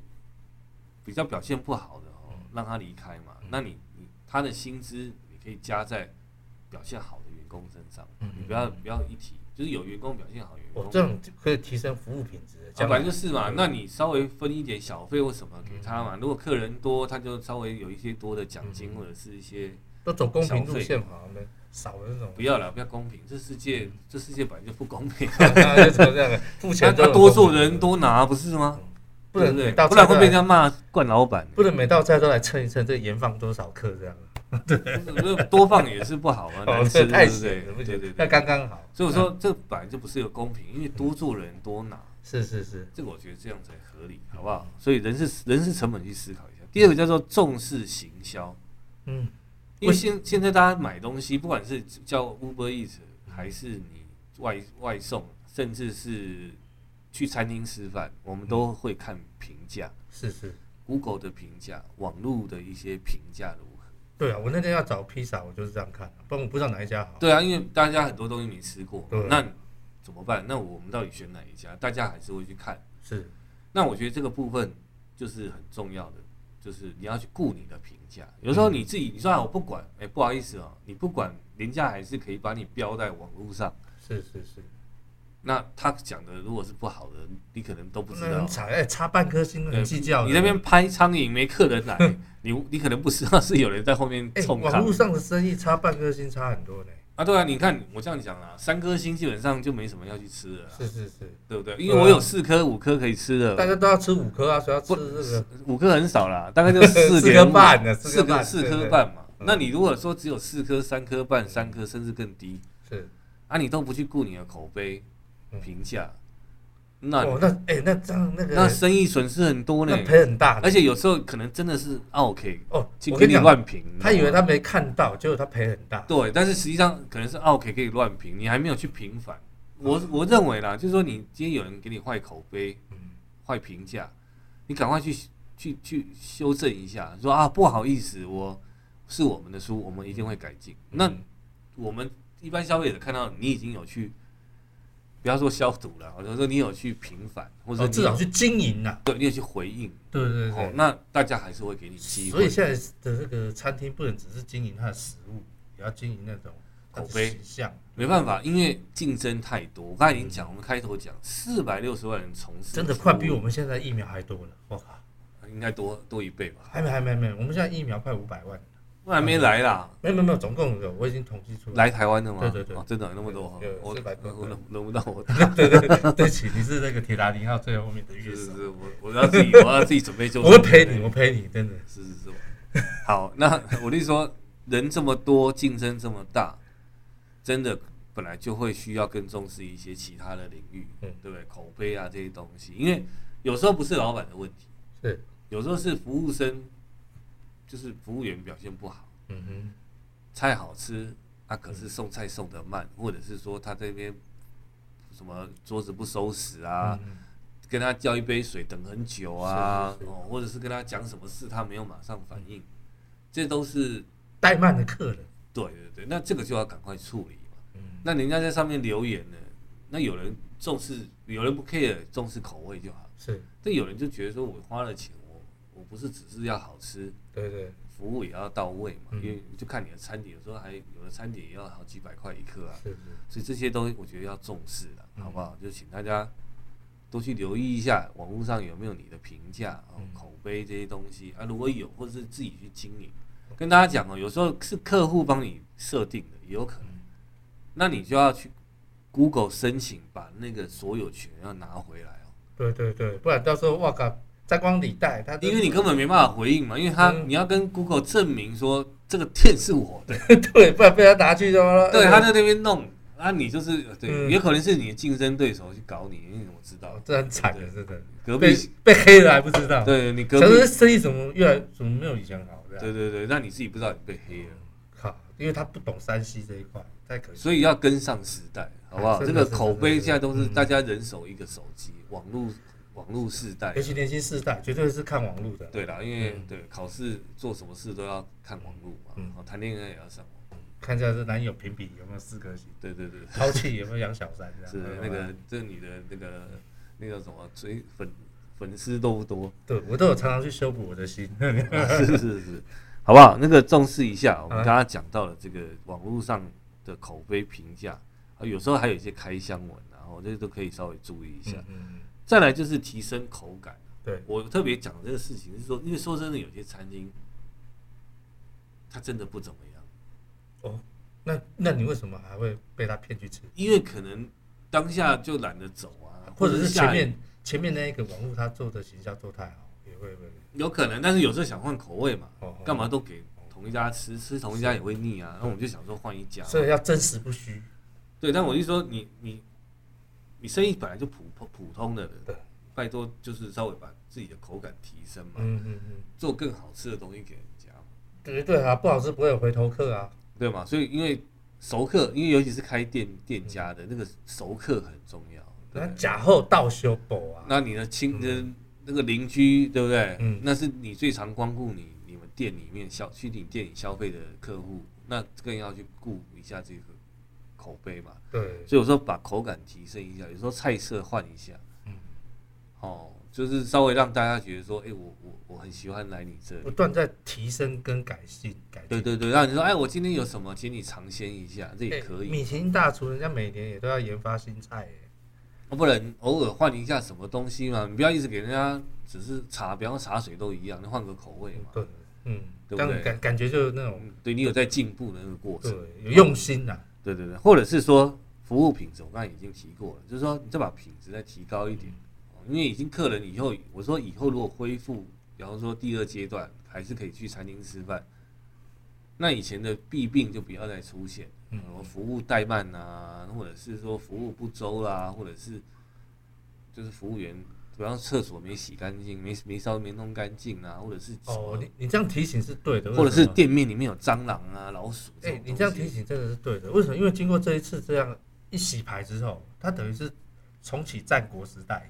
Speaker 2: 比较表现不好的
Speaker 1: 嗯
Speaker 2: 哦，让他离开嘛。那你你他的薪资你可以加在表现好的员工身上，
Speaker 1: 嗯
Speaker 2: 你不要不要一提，就是有员工表现好，员
Speaker 1: 我
Speaker 2: 工
Speaker 1: 这种可以提升服务品质的，
Speaker 2: 啊，
Speaker 1: 将
Speaker 2: 本来
Speaker 1: 来
Speaker 2: 就是嘛，那你稍微分一点小费或什么给他
Speaker 1: 嗯
Speaker 2: 嘛。如果客人多，他就稍微有一些多的奖金或者是一些
Speaker 1: 都走公平路线嘛，我们少了那种
Speaker 2: 不，要了，不要公平。这世
Speaker 1: 嗯
Speaker 2: 界这世界本来就不公平，
Speaker 1: 就这样的，付
Speaker 2: 他
Speaker 1: 钱都
Speaker 2: 他
Speaker 1: 有
Speaker 2: 多
Speaker 1: 公
Speaker 2: 做
Speaker 1: 平
Speaker 2: 人，多拿不是吗？
Speaker 1: 不
Speaker 2: 对
Speaker 1: 能
Speaker 2: 不对
Speaker 1: 每道
Speaker 2: 不然
Speaker 1: 菜
Speaker 2: 会
Speaker 1: 都
Speaker 2: 被人
Speaker 1: 来
Speaker 2: 家骂惯老板。
Speaker 1: 不能每道菜都来称一称，这盐放多少克这样。哦
Speaker 2: 就是 多放也是不好 嘛，哦难
Speaker 1: 这
Speaker 2: 吃，
Speaker 1: 个太
Speaker 2: 对不
Speaker 1: 咸了，不
Speaker 2: 对？对
Speaker 1: 行
Speaker 2: 对，
Speaker 1: 那
Speaker 2: 对。
Speaker 1: 刚嗯刚好。
Speaker 2: 所以我说这本来就不是个公平，因为多做人多拿，
Speaker 1: 是是是，
Speaker 2: 这个我觉得这样才合理，好不好？所以人是人是成本去思考一下。第二个叫做重视行销，
Speaker 1: 嗯，
Speaker 2: 因为现现在大家买东西，不管是叫 Uber Eats 还是你外外送，甚至是去餐厅吃饭，我们都会看评价
Speaker 1: 是是。
Speaker 2: ，Google 的评价，网络的一些评价如何。
Speaker 1: 对啊，我那天要找披萨，我就是这样看，不然我不知道哪一家好。
Speaker 2: 对啊，因为大家很多东西没吃过
Speaker 1: 对，
Speaker 2: 那怎么办？那我们到底选哪一家？大家还是会去看。
Speaker 1: 是，
Speaker 2: 那我觉得这个部分就是很重要的，就是你要去顾你的评价。有时候你自己你说啊，我不管，哎、不好意思啊、你不管，人家还是可以把你标在网络上。
Speaker 1: 是是是，
Speaker 2: 那他讲的如果是不好的，你可能都不知
Speaker 1: 那
Speaker 2: 道
Speaker 1: 很。惨，哎，差半颗星
Speaker 2: 对
Speaker 1: 很计较的。
Speaker 2: 你那边拍苍蝇没客 人来，你你可能不知道是有人在后面
Speaker 1: 哎、
Speaker 2: 冲
Speaker 1: 网
Speaker 2: 他
Speaker 1: 络。上的生意差半颗星差很多呢。
Speaker 2: 啊，对啊，你看我这样讲啦，三颗星基本上就没什么要去吃的啦，
Speaker 1: 是是是，
Speaker 2: 对不对？因
Speaker 1: 对
Speaker 2: 为
Speaker 1: 啊
Speaker 2: 我有四颗、五颗可以吃
Speaker 1: 大
Speaker 2: 的，
Speaker 1: 家都要吃五颗啊，谁要吃这个？
Speaker 2: 五颗很少啦，大概就
Speaker 1: 四
Speaker 2: 四点
Speaker 1: 颗
Speaker 2: 五
Speaker 1: 半呢四
Speaker 2: 四
Speaker 1: 颗半
Speaker 2: 四
Speaker 1: 对
Speaker 2: 颗
Speaker 1: 对
Speaker 2: 半嘛。
Speaker 1: 嗯
Speaker 2: 那你如果说只有四颗、三颗半、三颗，甚至更低，
Speaker 1: 是，
Speaker 2: 啊，你都不去顾你的口碑
Speaker 1: 嗯
Speaker 2: 评价，那
Speaker 1: 哦，那哎，那这样那
Speaker 2: 那
Speaker 1: 个
Speaker 2: 生意损失很多呢
Speaker 1: 那。赔很大的
Speaker 2: 而且有时候可能真的是 OK
Speaker 1: 哦。
Speaker 2: 去
Speaker 1: 啊我
Speaker 2: 给
Speaker 1: 跟你
Speaker 2: 你
Speaker 1: 讲，
Speaker 2: 乱评，
Speaker 1: 他
Speaker 2: 你
Speaker 1: 以
Speaker 2: 知
Speaker 1: 为
Speaker 2: 道吗
Speaker 1: 他没看到，结果他赔很大。
Speaker 2: 对，但是实际上可能是 OK 可以乱评，你还没有去平反。我我认为啦，就是说你今天有人给你坏口碑、
Speaker 1: 嗯，
Speaker 2: 坏评价，你赶快去去去修正一下，说啊不好意思，我是我们的书，我们一定会改进。那
Speaker 1: 嗯
Speaker 2: 我们一般消费者看到你已经有去，不要说消毒了，我就说你有去平反，或
Speaker 1: 哦
Speaker 2: 者说你
Speaker 1: 至
Speaker 2: 有
Speaker 1: 少去经营呐，
Speaker 2: 对，你有去回应，
Speaker 1: 对对
Speaker 2: 啊哦
Speaker 1: 对，。
Speaker 2: 那大家还是会给你机
Speaker 1: 所
Speaker 2: 会
Speaker 1: 以。现在的这个餐厅不能只是经营它的食物，也要经营那种它的
Speaker 2: 口碑
Speaker 1: 形象。
Speaker 2: 没办法，因为竞争太多。我刚才已经讲，我们开头讲四百六十万人从事，
Speaker 1: 真的快比我们现在疫苗还多了，我靠！
Speaker 2: 应该多多一倍吧？
Speaker 1: 还没还没还没，我们现在疫苗快五百万，
Speaker 2: 我还没来啦，
Speaker 1: 没有没有没有，总共有我已经统计出来。
Speaker 2: 来台湾的吗？
Speaker 1: 对对对
Speaker 2: 哦真的有那么多哈
Speaker 1: 有有，
Speaker 2: 我
Speaker 1: 400多
Speaker 2: 我轮轮不到我，
Speaker 1: 对对对， 对不起，你是那个铁达尼号最后面的乐
Speaker 2: 是是
Speaker 1: 手，
Speaker 2: 是，我我要自己我要自己准备就
Speaker 1: 我会陪你，我陪你，真的。
Speaker 2: 是是是，好，那我就说，人这么多，竞争这么大，真的本来就会需要更重视一些其他的领域，
Speaker 1: 嗯
Speaker 2: 对不对？口碑啊这些东西，因为有时候不是老板的问题，
Speaker 1: 是，
Speaker 2: 有时候是服务生，就是服务员表现不好，
Speaker 1: 嗯
Speaker 2: 菜好吃，啊可是送菜送得慢，或者是说他这边什么桌子不收拾
Speaker 1: 哼，
Speaker 2: 啊，
Speaker 1: 嗯
Speaker 2: 跟他叫一杯水等很久啊，
Speaker 1: 是是是
Speaker 2: 哦，或者是跟他讲什么事他没有马上反应，这都是
Speaker 1: 怠慢的客人，
Speaker 2: 对对对，那这个就要赶快处理嘛。
Speaker 1: 嗯，
Speaker 2: 那人家在上面留言呢，那有人重视，有人不 care 重视口味就好，
Speaker 1: 是，
Speaker 2: 但有人就觉得说我花了钱，我我不是只是要好吃，
Speaker 1: 对对，
Speaker 2: 服务也要到位嘛，
Speaker 1: 嗯
Speaker 2: 因为就看你的餐点，有时候还有的餐点也要好几百块一克啊，
Speaker 1: 是是，
Speaker 2: 所以这些东西我觉得要重视了，
Speaker 1: 嗯
Speaker 2: 好不好？就请大家多去留意一下网络上有没有你的评价、哦
Speaker 1: 嗯、
Speaker 2: 口碑这些东西啊，如果有，或者是自己去经营。跟大家讲哦，有时候是客户帮你设定的，也有可能，
Speaker 1: 嗯
Speaker 2: 那你就要去 Google 申请把那个所有权要拿回来哦，
Speaker 1: 对对对，不然到时候哇靠，沾光礼带，他
Speaker 2: 因为你根本没办法回应嘛，因为他、
Speaker 1: 嗯
Speaker 2: 你要跟 Google 证明说这个店是我的。
Speaker 1: 对，不然被他拿去什么？
Speaker 2: 对，
Speaker 1: 呃
Speaker 2: 他在那边弄，啊，你就是对，
Speaker 1: 嗯
Speaker 2: 也可能是你的竞争对手去搞你，因为我知道
Speaker 1: 哦这很惨的，
Speaker 2: 对
Speaker 1: 真的，
Speaker 2: 隔
Speaker 1: 被
Speaker 2: 壁，
Speaker 1: 被黑了还不知道。
Speaker 2: 对你隔
Speaker 1: 可
Speaker 2: 壁，
Speaker 1: 是生意怎么越来怎么没有以前好？这样
Speaker 2: 对对对，那你自己不知道你被黑了，
Speaker 1: 靠，因为他不懂山西这一块，太可惜。
Speaker 2: 所以要跟上时代，好不好？
Speaker 1: 真
Speaker 2: 这
Speaker 1: 的
Speaker 2: 个
Speaker 1: 真的
Speaker 2: 口碑
Speaker 1: 真的
Speaker 2: 现在都是
Speaker 1: 嗯
Speaker 2: 大家人手一个手机，网络网络世代啊
Speaker 1: 尤，其年轻世代，绝对是看网络的。
Speaker 2: 对啦，因为
Speaker 1: 嗯
Speaker 2: 对考试做什么事都要看网络嘛
Speaker 1: 嗯，
Speaker 2: 哦谈恋爱也要上网，
Speaker 1: 看一下这男友评比有没有四颗星，
Speaker 2: 对对对，
Speaker 1: 抛弃有没有养小三这样。
Speaker 2: 是那个这女的那个那叫什么追粉粉丝多不多？
Speaker 1: 对我都有常常去修补我的心。
Speaker 2: 是啊是是，好不好？那个重视一下，我们
Speaker 1: 好
Speaker 2: 刚刚讲到了这个网络上的口碑评价，啊，有时候还有一些开箱文啊，然后这些都可以稍微注意一下。
Speaker 1: 嗯嗯，
Speaker 2: 再来就是提升口感，
Speaker 1: 对，
Speaker 2: 我特别讲这个事情是说，因为说真的，有些餐厅它真的不怎么样，
Speaker 1: 哦，那那你为什么还会被他骗去吃？
Speaker 2: 因为可能当下就懒得走啊，
Speaker 1: 或者是前
Speaker 2: 下雨
Speaker 1: 面前面那一个网络他做的形象做太好，也会会
Speaker 2: 有可能，但是有时候想换口味嘛，
Speaker 1: 哦
Speaker 2: 干？嘛都给同一家吃，吃同一家也会腻啊，那我们就想说换一家嘛。
Speaker 1: 所以要真实不虚。
Speaker 2: 对，但
Speaker 1: 嗯
Speaker 2: 我就说你你你生意本来就普普普通的人，
Speaker 1: 对
Speaker 2: 拜托就是稍微把自己的口感提升嘛，
Speaker 1: 嗯嗯嗯，
Speaker 2: 做更好吃的东西给人家嘛，
Speaker 1: 对对啊，不好吃不会有回头客啊。
Speaker 2: 对嘛？所以因为熟客，因为尤其是开店店家
Speaker 1: 嗯
Speaker 2: 的那个熟客很重要，
Speaker 1: 那
Speaker 2: 对不对。
Speaker 1: 假后倒修补啊。
Speaker 2: 那你的亲的、那个邻居，对不对？
Speaker 1: 嗯
Speaker 2: 那是你最常光顾你你们店里面消去你店里消费的客户，那更要去顾一下这个口碑嘛。
Speaker 1: 对，
Speaker 2: 所以我说把口感提升一下，有时候菜色换一下，
Speaker 1: 嗯
Speaker 2: 哦，就是稍微让大家觉得说，哎、我我我很喜欢来你这
Speaker 1: 不
Speaker 2: 里，
Speaker 1: 断在提升跟改进改进。
Speaker 2: 对对对，让你说，哎、我今天有什么，请你尝鲜一下，这
Speaker 1: 欸
Speaker 2: 也可以，
Speaker 1: 米其林大厨人家每年也都要研发新菜耶，
Speaker 2: 哦不能偶尔换一下什么东西嘛，你不要一直给人家只是茶，比方说茶水都一样，你换个口味嘛，
Speaker 1: 对，嗯，
Speaker 2: 对不
Speaker 1: 这样
Speaker 2: 对
Speaker 1: 感感觉就是那种
Speaker 2: 嗯对你有在进步的那个过
Speaker 1: 对
Speaker 2: 程，
Speaker 1: 有用心呐、啊
Speaker 2: 对对对，或者是说服务品质，我刚才已经提过了，就是说你再把品质再提高一点，
Speaker 1: 嗯
Speaker 2: 哦因为已经客人以后，我说以后如果恢复，比方说第二阶段，还是可以去餐厅吃饭，那以前的弊病就不要再出现，什
Speaker 1: 嗯
Speaker 2: 么服务怠慢啊，或者是说服务不周啦、或者是就是服务员。比方说厕所没洗干净，没没烧没弄干净啊，或者是什么
Speaker 1: 哦，你你这样提醒是对的，为
Speaker 2: 或者是
Speaker 1: 什么
Speaker 2: 店面里面有蟑螂啊、老鼠
Speaker 1: 哎、
Speaker 2: 种东西。
Speaker 1: 你这样提醒真的是对的。为什么？因为经过这一次这样一洗牌之后，它等于是重启战国时代，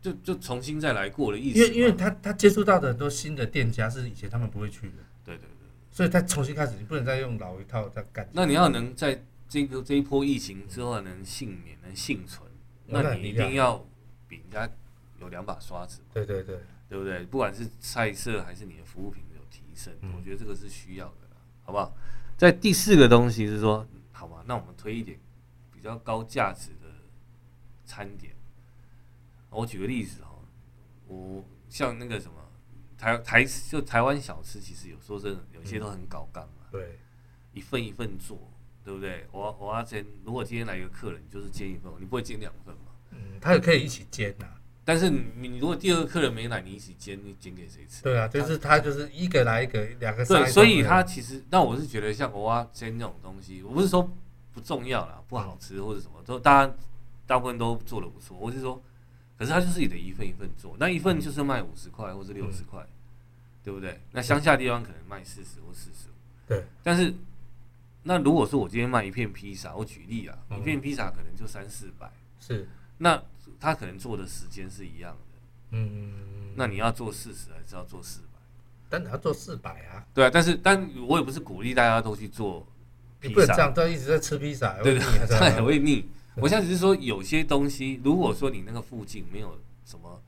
Speaker 2: 就就重新再来过的意思
Speaker 1: 因
Speaker 2: 嘛。
Speaker 1: 为因为他他接触到的很多新的店家是以前他们不会去的，
Speaker 2: 对对对，
Speaker 1: 所以他重新开始，你不能再用老一套再干。
Speaker 2: 那你要能在这个这一波疫情之后能幸免、能幸存，
Speaker 1: 那
Speaker 2: 那
Speaker 1: 很
Speaker 2: 你一
Speaker 1: 厉害
Speaker 2: 定要比人家有两把刷子，
Speaker 1: 对对对，
Speaker 2: 对不对？不管是菜色还是你的服务品质有提升，
Speaker 1: 嗯
Speaker 2: 我觉得这个是需要的啦，好不好？在第四个东西是说，好吧，那我们推一点比较高价值的餐点。我举个例子哈，我像那个什么台台就台湾小吃，其实有说真的，有些
Speaker 1: 嗯
Speaker 2: 都很搞杠啊，
Speaker 1: 对，
Speaker 2: 一份一份做，对不对？我我要煎，如果今天来一个客人，你就是煎一份，你不会煎两份嘛？
Speaker 1: 嗯，他也可以一起煎呐、
Speaker 2: 但是你你如果第二个客人没来，你一起煎，你煎给谁吃？
Speaker 1: 对啊，就是他就是一个来一个，两个杀一
Speaker 2: 对，
Speaker 1: 个
Speaker 2: 所以它其实，那我是觉得像蚵仔煎这种东西，我不是说不重要啦，不好吃或者什么，都大家大部分都做的不错。我是说，可是它就是你的一份一份做，那一
Speaker 1: 嗯
Speaker 2: 份就是卖五十块或是六十块，对不对？那乡下地方可能卖四十或四十五，
Speaker 1: 对，
Speaker 2: 但是那如果说我今天卖一片披萨，我举例啊，
Speaker 1: 嗯
Speaker 2: 一片披萨可能就三四百，
Speaker 1: 是，
Speaker 2: 那他可能做的时间是一样的，
Speaker 1: 嗯，
Speaker 2: 那你要做四十还是要做四百？
Speaker 1: 但你要做四百啊，
Speaker 2: 对啊，但是但我也不是鼓励大家都去做
Speaker 1: 你
Speaker 2: 披
Speaker 1: 不能
Speaker 2: 萨
Speaker 1: 这样，都一直在吃披萨，会
Speaker 2: 对
Speaker 1: 腻啊
Speaker 2: 对，
Speaker 1: 这样
Speaker 2: 这样也会腻。我现在只是说，有些东西，如果说你那个附近没有什么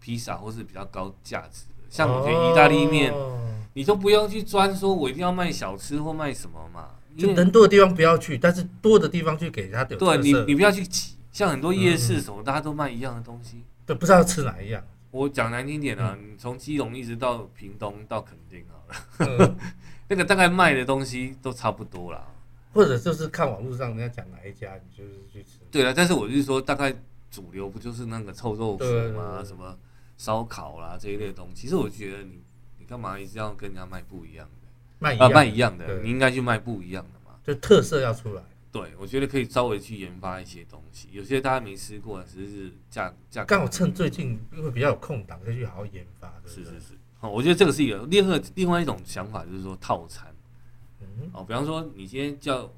Speaker 2: 披萨或是比较高价值的，像我觉得意大利面，
Speaker 1: 哦
Speaker 2: 你就不用去专说我一定要卖小吃或卖什么嘛，
Speaker 1: 就
Speaker 2: 因为
Speaker 1: 人多的地方不要去，但是多的地方去给他有
Speaker 2: 对啊
Speaker 1: 特
Speaker 2: 你
Speaker 1: 色
Speaker 2: 你不要去挤，像很多夜
Speaker 1: 嗯
Speaker 2: 市什么，大家都卖一样的东西。
Speaker 1: 对，不知道吃哪一样。
Speaker 2: 我讲难听点啊，你从基隆一直到屏东到垦丁好了，
Speaker 1: 嗯
Speaker 2: 那个大概卖的东西都差不多啦。
Speaker 1: 或者就是看网络上人家讲哪一家，你就是去吃。
Speaker 2: 对了，啊但是我就是说，大概主流不就是那个臭豆腐
Speaker 1: 对对
Speaker 2: 嘛，
Speaker 1: 对
Speaker 2: 什么烧烤啦这一类的东西。其实我觉得你你干嘛一直要跟人家卖不一样的
Speaker 1: 卖一
Speaker 2: 啊？
Speaker 1: 样，
Speaker 2: 卖一样的，
Speaker 1: 对
Speaker 2: 你应该去卖不一样的嘛。
Speaker 1: 就特色要出来。
Speaker 2: 对，我觉得可以稍微去研发一些东西，有些大家没吃过，只是价价格
Speaker 1: 啊刚好趁最近因为比较有空档，可以去好好研发，对
Speaker 2: 是
Speaker 1: 不对
Speaker 2: 是？是。好，我觉得这个是一个另外另外一种想法，就是说套餐。
Speaker 1: 嗯，
Speaker 2: 哦，比方说你今天叫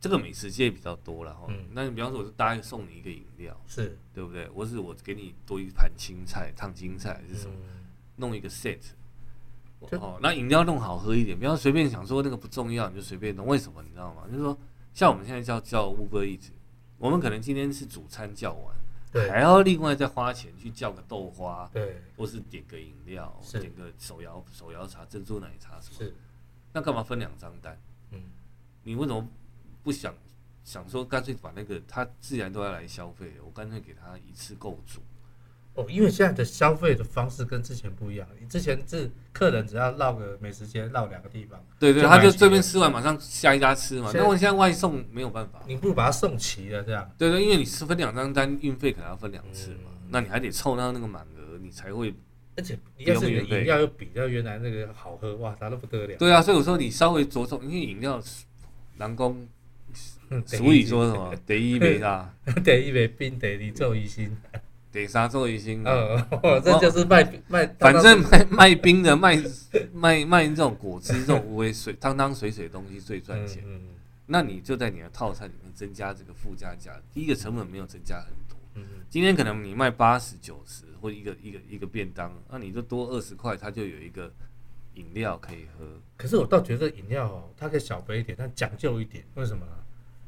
Speaker 2: 这个美食界比较多了哈，哦
Speaker 1: 嗯
Speaker 2: 那你比方说我就搭一个送你一个饮料。
Speaker 1: 是
Speaker 2: 对不对？我是我给你多一盘青菜，烫青菜还是什么，
Speaker 1: 嗯
Speaker 2: 弄一个 set。
Speaker 1: 这
Speaker 2: 哦，那饮料弄好喝一点，不要随便想说那个不重要，你就随便弄。为什么你知道吗？就是说，像我们现在叫叫 Uber Eats，我们可能今天是主餐叫完，
Speaker 1: 对
Speaker 2: 还要另外再花钱去叫个豆花，
Speaker 1: 对
Speaker 2: 或是点个饮料，
Speaker 1: 是
Speaker 2: 点个手摇手摇茶、珍珠奶茶什么。
Speaker 1: 是，
Speaker 2: 那干嘛分两张单？
Speaker 1: 嗯，
Speaker 2: 你为什么不想想说干脆把那个他既然都要来消费了，我干脆给他一次够足？
Speaker 1: 哦，因为现在的消费的方式跟之前不一样，之前是客人只要绕个美食街绕两个地方，
Speaker 2: 对对，
Speaker 1: 就
Speaker 2: 他
Speaker 1: 买
Speaker 2: 就
Speaker 1: 几
Speaker 2: 这
Speaker 1: 个
Speaker 2: 边吃完马上下一家吃嘛。
Speaker 1: 现在
Speaker 2: 那我现在外送没有办法，
Speaker 1: 你不如把它送齐了这样。
Speaker 2: 对对，因为你是分两张单，运费可能要分两次嘛，
Speaker 1: 嗯
Speaker 2: 那你还得凑到那个满额，你才会。
Speaker 1: 而且你要是你的饮料又比较原来那个好喝，哇，那都不得 了。
Speaker 2: 对啊，所以我说你稍微着重，因为饮料，南宫
Speaker 1: 嗯
Speaker 2: 俗语说什么？得一杯啦，
Speaker 1: 得一杯冰，得一昼一心。
Speaker 2: 得杀做一星啊。
Speaker 1: 嗯，这就是卖卖，
Speaker 2: 反正卖卖冰的、卖卖卖这种果汁、这种无为水、汤汤水水的东西最赚钱。
Speaker 1: 嗯嗯
Speaker 2: 那你就在你的套餐里面增加这个附加价，第一个成本没有增加很多，
Speaker 1: 嗯
Speaker 2: 今天可能你卖八十九十或一个一个一个便当，那你就多二十块，它就有一个饮料可以喝。
Speaker 1: 可是我倒觉得饮料哦，它可以小杯一点，但讲究一点。为什么呢？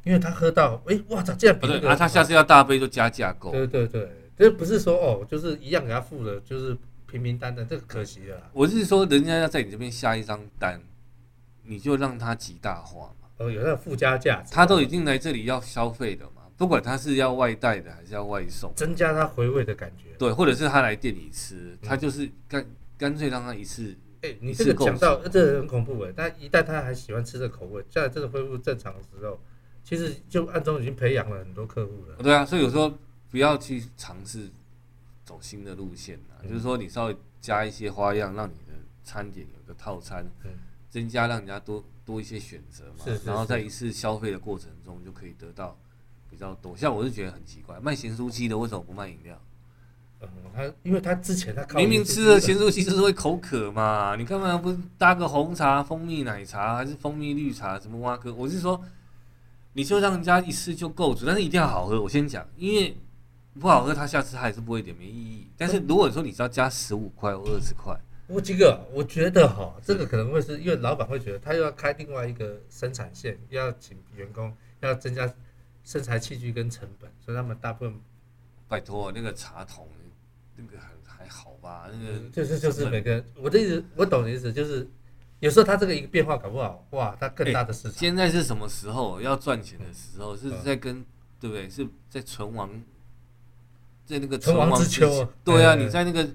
Speaker 1: 因为他喝到，哎，哇操，竟然
Speaker 2: 不
Speaker 1: 比
Speaker 2: 对
Speaker 1: 那个啊
Speaker 2: 啊，他下次要大杯就加价购。
Speaker 1: 对对对，这不是说哦，就是一样给他付的，就是平平淡淡，这个可惜了啦。
Speaker 2: 我是说，人家要在你这边下一张单，你就让他极大化嘛。
Speaker 1: 哦，有那个附加价值，
Speaker 2: 他都已经来这里要消费的嘛，不管他是要外带的还是要外送，
Speaker 1: 增加他回味的感觉。
Speaker 2: 对，或者是他来店里吃，他就是干干脆让他一次。
Speaker 1: 哎，你
Speaker 2: 一
Speaker 1: 这
Speaker 2: 次
Speaker 1: 个
Speaker 2: 购
Speaker 1: 讲到
Speaker 2: 足
Speaker 1: 呃这个很恐怖哎，但一旦他还喜欢吃这口味，在这个恢复正常的时候，其实就暗中已经培养了很多客户了。
Speaker 2: 对啊，所以有时候不要去尝试走新的路线
Speaker 1: 嗯
Speaker 2: 啊，就是说你稍微加一些花样，让你的餐点有个套餐，
Speaker 1: 嗯
Speaker 2: 增加让人家多多一些选择嘛，
Speaker 1: 是是
Speaker 2: 然后
Speaker 1: 是
Speaker 2: 在一次消费的过程中就可以得到比较多。像我是觉得很奇怪，卖咸酥鸡的为什么不卖饮料？
Speaker 1: 嗯，他因为他之前他靠
Speaker 2: 明明吃了咸
Speaker 1: 实
Speaker 2: 酥鸡就是会口渴嘛，你干嘛不搭个红茶、蜂蜜奶茶还是蜂蜜绿茶什么蛙哥？我是说，你就让人家一次就够足，但是一定要好喝。我先讲，因为不好喝，他下次他还是不会点，没意义。但是如果说你只要加十五块或二十块，
Speaker 1: 我几个，我觉得哈，这个可能会是因为老板会觉得他又要开另外一个生产线，又要请员工，要增加生产器具跟成本，所以他们大部分
Speaker 2: 拜托那个茶桶那个还还好吧？那个
Speaker 1: 呃嗯就是就是
Speaker 2: 嗯成本
Speaker 1: 每个人我的意思，我懂你的意思，就是有时候他这个一个变化搞不好，哇，他更大的市场。
Speaker 2: 现在是什么时候？要赚钱的时候，是
Speaker 1: 嗯
Speaker 2: 在跟、对不对？是在存亡，在那个
Speaker 1: 存亡
Speaker 2: 亡
Speaker 1: 之秋
Speaker 2: 前对啊，
Speaker 1: 嗯
Speaker 2: 你在那个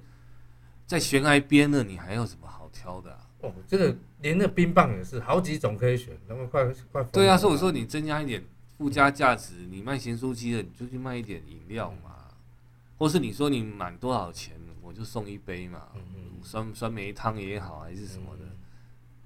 Speaker 2: 在悬崖边了，你还有什么好挑的、啊？
Speaker 1: 哦，这个连那冰棒也是好几种可以选，那么快快疯了
Speaker 2: 对啊，所以我说你增加一点附加价值，你卖咸酥鸡的，你就去卖一点饮料嘛，或是你说你满多少钱，我就送一杯嘛，
Speaker 1: 嗯嗯
Speaker 2: 酸酸梅汤也好，还是什么的，
Speaker 1: 嗯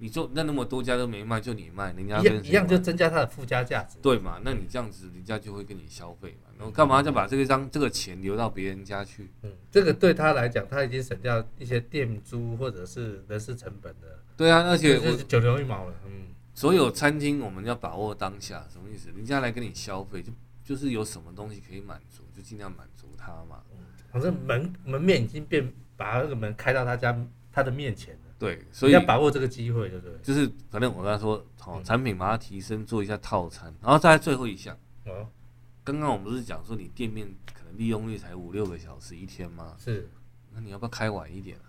Speaker 2: 你就那那么多家都没卖，就你卖，人家
Speaker 1: 一
Speaker 2: 跟
Speaker 1: 样
Speaker 2: 谁
Speaker 1: 一样就
Speaker 2: 卖
Speaker 1: 增加它的附加价值。
Speaker 2: 对嘛？那你这样子，人家就会跟你消费嘛。然后干嘛再把这个张这个钱留到别人家去？
Speaker 1: 嗯，这个对他来讲，他已经省掉一些店租或者是人事成本了，
Speaker 2: 对啊，而且
Speaker 1: 就
Speaker 2: 我
Speaker 1: 是九牛一毛了。嗯，
Speaker 2: 所有餐厅我们要把握当下，什么意思？人家来跟你消费，就就是有什么东西可以满足，就尽量满足他嘛。
Speaker 1: 反正门门面已经变，把那个门开到他家他的面前了，
Speaker 2: 对，所以
Speaker 1: 你要把嗯握这个机会，对不对？
Speaker 2: 就是反正我跟他说，哦，产品把它提升，做一下套餐，然后再来最后一项。
Speaker 1: 哦，
Speaker 2: 刚刚我们不是讲说你店面可能利用率才五六个小时一天吗？
Speaker 1: 是，
Speaker 2: 那你要不要开晚一点啊？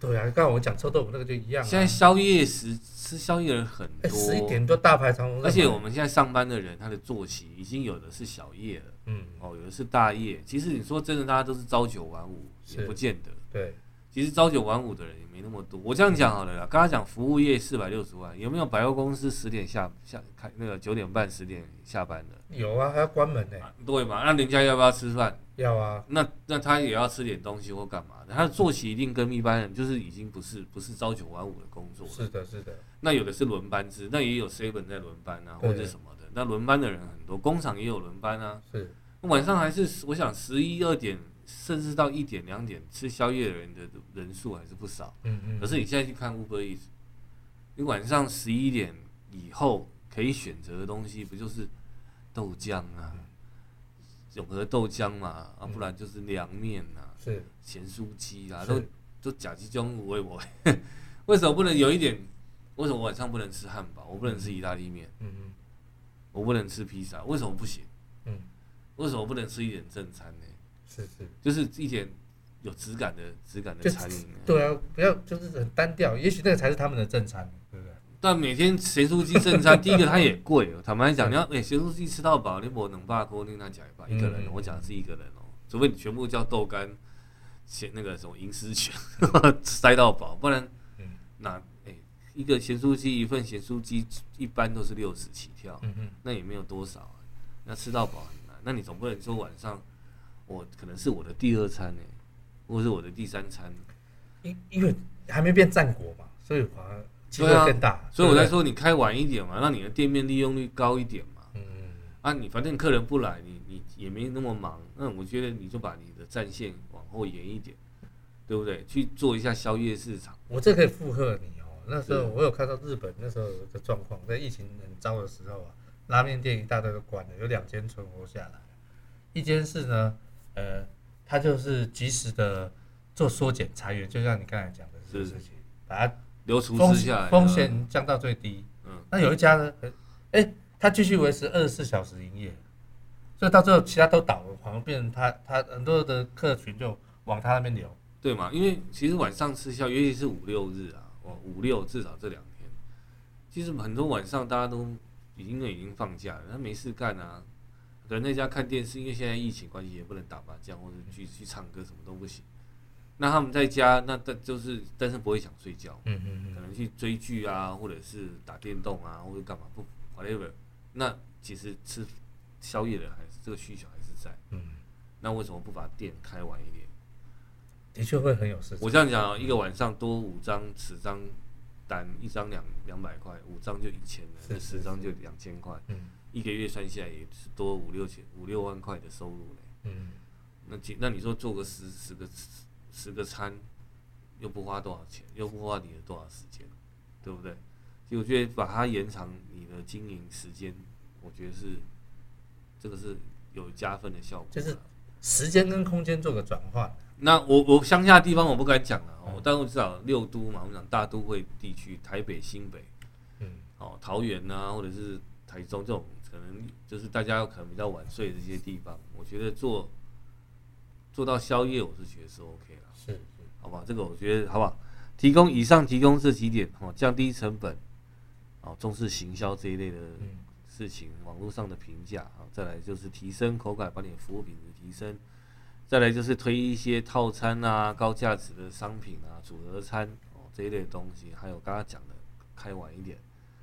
Speaker 1: 对啊，刚才我讲臭豆腐那个就一样、啊。
Speaker 2: 现在宵夜时吃宵夜的人很
Speaker 1: 哎
Speaker 2: 多，
Speaker 1: 十一点多大排长龙在买，
Speaker 2: 而且我们现在上班的人，他的作息已经有的是小夜了，
Speaker 1: 嗯，
Speaker 2: 哦，有的是大夜。其实你说真的，大家都是朝九晚五，
Speaker 1: 是
Speaker 2: 也不见得。
Speaker 1: 对，
Speaker 2: 其实朝九晚五的人也没那么多。我这样讲好了啦，刚刚讲服务业四百六十万，有没有百货公司十点下下开那个九点半十点下班的？
Speaker 1: 有啊，还要关门呢、
Speaker 2: 啊对嘛？那人家要不要吃饭？
Speaker 1: 要啊，
Speaker 2: 那那他也要吃点东西或干嘛的？他的作息一定跟一般人就是已经不是不是朝九晚五的工作了。
Speaker 1: 是的，是的，
Speaker 2: 那有的是轮班制，那也有 seven 在轮班啊，
Speaker 1: 对
Speaker 2: 或者什么的。那轮班的人很多，工厂也有轮班啊。
Speaker 1: 是，
Speaker 2: 晚上还是我想十一二点，甚至到一点两点吃宵夜的人的人数还是不少。
Speaker 1: 嗯嗯，
Speaker 2: 可是你现在去看 Uber Eats，你晚上十一点以后可以选择的东西，不就是豆浆啊，
Speaker 1: 嗯
Speaker 2: 永和豆浆嘛，啊，不然就是凉面啊，
Speaker 1: 是，
Speaker 2: 咸酥鸡啊，
Speaker 1: 是
Speaker 2: 都都假鸡中无为我， 为什么不能有一点？为什么晚上不能吃汉堡？我不能吃意大利面，
Speaker 1: 嗯嗯
Speaker 2: 我不能吃披萨，为什么不行？
Speaker 1: 嗯，
Speaker 2: 为什么不能吃一点正餐呢？
Speaker 1: 是是。
Speaker 2: 就是一点有质感的质感的
Speaker 1: 就
Speaker 2: 餐饮呢。
Speaker 1: 对啊，不要就是很单调，也许那个才是他们的正餐，对不对？
Speaker 2: 但每天咸酥鸡正餐，第一个它也 贵哦。坦白讲，你要哎咸酥鸡吃到饱，你我能罢锅，你那讲一把一个人
Speaker 1: 嗯，
Speaker 2: 我讲的是一个人哦，除非你全部叫豆干，咸那个什么银丝卷 塞到饱，不然
Speaker 1: 嗯
Speaker 2: 那哎一个咸酥鸡一份咸酥鸡一般都是六十起跳，
Speaker 1: 嗯嗯，
Speaker 2: 那也没有多少啊，那吃到饱很难。那你总不能说晚上我可能是我的第二餐呢，欸或是我的第三餐，
Speaker 1: 因因为还没变战国嘛，所以反而机会
Speaker 2: 对啊
Speaker 1: 更大。
Speaker 2: 所以我在
Speaker 1: 对不
Speaker 2: 说你开晚一点嘛，让你的店面利用率高一点嘛。
Speaker 1: 对，嗯，
Speaker 2: 啊，你反正客人不来，你你也没那么忙，那我觉得你就把你的战线往后延一点，对不对？去做一下宵夜市场。
Speaker 1: 我这可以附和你哦。那时候
Speaker 2: 是
Speaker 1: 我有看到日本那时候有个状况，在疫情很糟的时候啊，拉面店一大堆都关了，有两间存活下来，一间是呢，呃，它就是及时的做缩减裁员，就像你刚才讲的这个
Speaker 2: 是
Speaker 1: 事情，把它
Speaker 2: 留厨
Speaker 1: 风
Speaker 2: 师下来，
Speaker 1: 风险降到最低。
Speaker 2: 嗯
Speaker 1: 那有一家呢，呃哎、他继续维持二十四小时营业，所以到最后其他都倒了，反而变成他他很多的客群就往他那边流。
Speaker 2: 对嘛？因为其实晚上吃宵，尤其是五六日啊，我五六至少这两天，其实很多晚上大家都已经已经放假了，他没事干啊，可能在家看电视，因为现在疫情关系也不能打麻将或者去去唱歌，什么都不行。那他们在家，那但就是但是不会想睡觉。
Speaker 1: 嗯嗯
Speaker 2: 可能去追剧啊，或者是打电动啊，或者干嘛不 whatever，那其实吃宵夜的还是这个需求还是在，
Speaker 1: 嗯，
Speaker 2: 那为什么不把店开晚一点？
Speaker 1: 的确会很有市场。
Speaker 2: 我这样讲哦，一个晚上多五张、十张单，一张两两百块，五张就一千了，
Speaker 1: 是
Speaker 2: 那
Speaker 1: 是
Speaker 2: 十张就两千块，
Speaker 1: 嗯
Speaker 2: 一个月算下来也是多五六千、五六万块的收入嘞。
Speaker 1: 嗯，
Speaker 2: 那其那你说做个十十个十个餐，又不花多少钱，又不花你的多少时间，对不对？所以我觉得把它延长你的经营时间，我觉得是这个是有加分的效果啦。
Speaker 1: 就是时间跟空间做个转换。
Speaker 2: 那我我乡下地方我不敢讲了，我但我至少六都嘛，我们讲大都会地区，台北、新北，
Speaker 1: 嗯，
Speaker 2: 哦，桃园呐、或者是台中这种，可能就是大家可能比较晚睡的这些地方，我觉得做做到宵夜，我是觉得是 OK 啦，
Speaker 1: 是
Speaker 2: 好吧？这个我觉得好不好？提供以上提供这几点哦，降低成本，哦，重视行销这一类的
Speaker 1: 嗯
Speaker 2: 事情，网络上的评价啊，再来就是提升口感，把你的服务品质提升，再来就是推一些套餐啊、高价值的商品啊、组合餐哦这一类的东西，还有刚刚讲的开晚一点。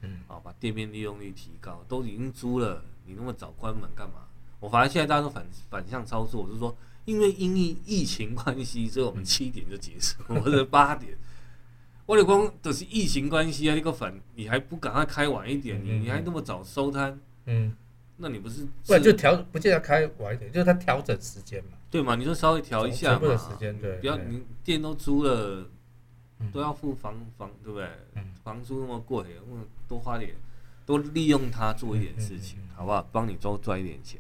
Speaker 1: 嗯，
Speaker 2: 啊，把店面利用率提高，都已经租了，你那么早关门干嘛？我反而现在大家都反反向操作，我是说，因为因疫疫情关系，所以
Speaker 1: 嗯
Speaker 2: 我们七点就结束，或者八点。我的光就是疫情关系啊，那个反你还不赶快开晚一点，你你还那么早收摊，
Speaker 1: 嗯，
Speaker 2: 那你不是
Speaker 1: 不然就调，不见得开晚一点，就是它调整时间嘛。
Speaker 2: 对嘛？你就稍微调一下
Speaker 1: 全部
Speaker 2: 嘛
Speaker 1: 的，时间对，
Speaker 2: 不要
Speaker 1: 对
Speaker 2: 你店都租了，
Speaker 1: 嗯
Speaker 2: 都要付房房对不对？
Speaker 1: 嗯
Speaker 2: 房租那么贵，我们多花点，多利用它做一点事情，
Speaker 1: 嗯嗯嗯
Speaker 2: 好不好？帮你多赚一点钱。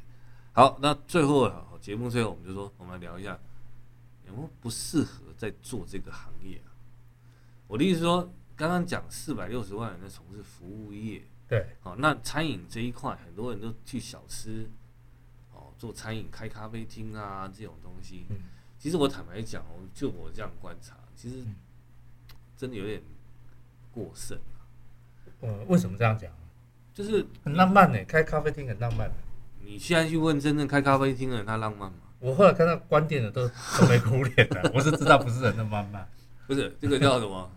Speaker 2: 好，那最后啊，节目最后我们就说，我们来聊一下有没有不适合在做这个行业啊？我的意思是说，刚刚讲四百六十万人在从事服务业，
Speaker 1: 对，
Speaker 2: 好，哦那餐饮这一块，很多人都去小吃，哦，做餐饮开咖啡厅啊这种东西。
Speaker 1: 嗯
Speaker 2: 其实我坦白讲，哦，就我这样观察，其实
Speaker 1: 嗯
Speaker 2: 真的有点过剩啊
Speaker 1: 我呃为什么这样讲？
Speaker 2: 就是
Speaker 1: 很浪漫呢，开咖啡厅很浪漫。
Speaker 2: 你现在去问真正开咖啡厅的人，他浪漫吗？
Speaker 1: 我后来看到关店的都愁眉苦脸的， 我是知道不是人的妈妈。
Speaker 2: 不是，这个叫什么？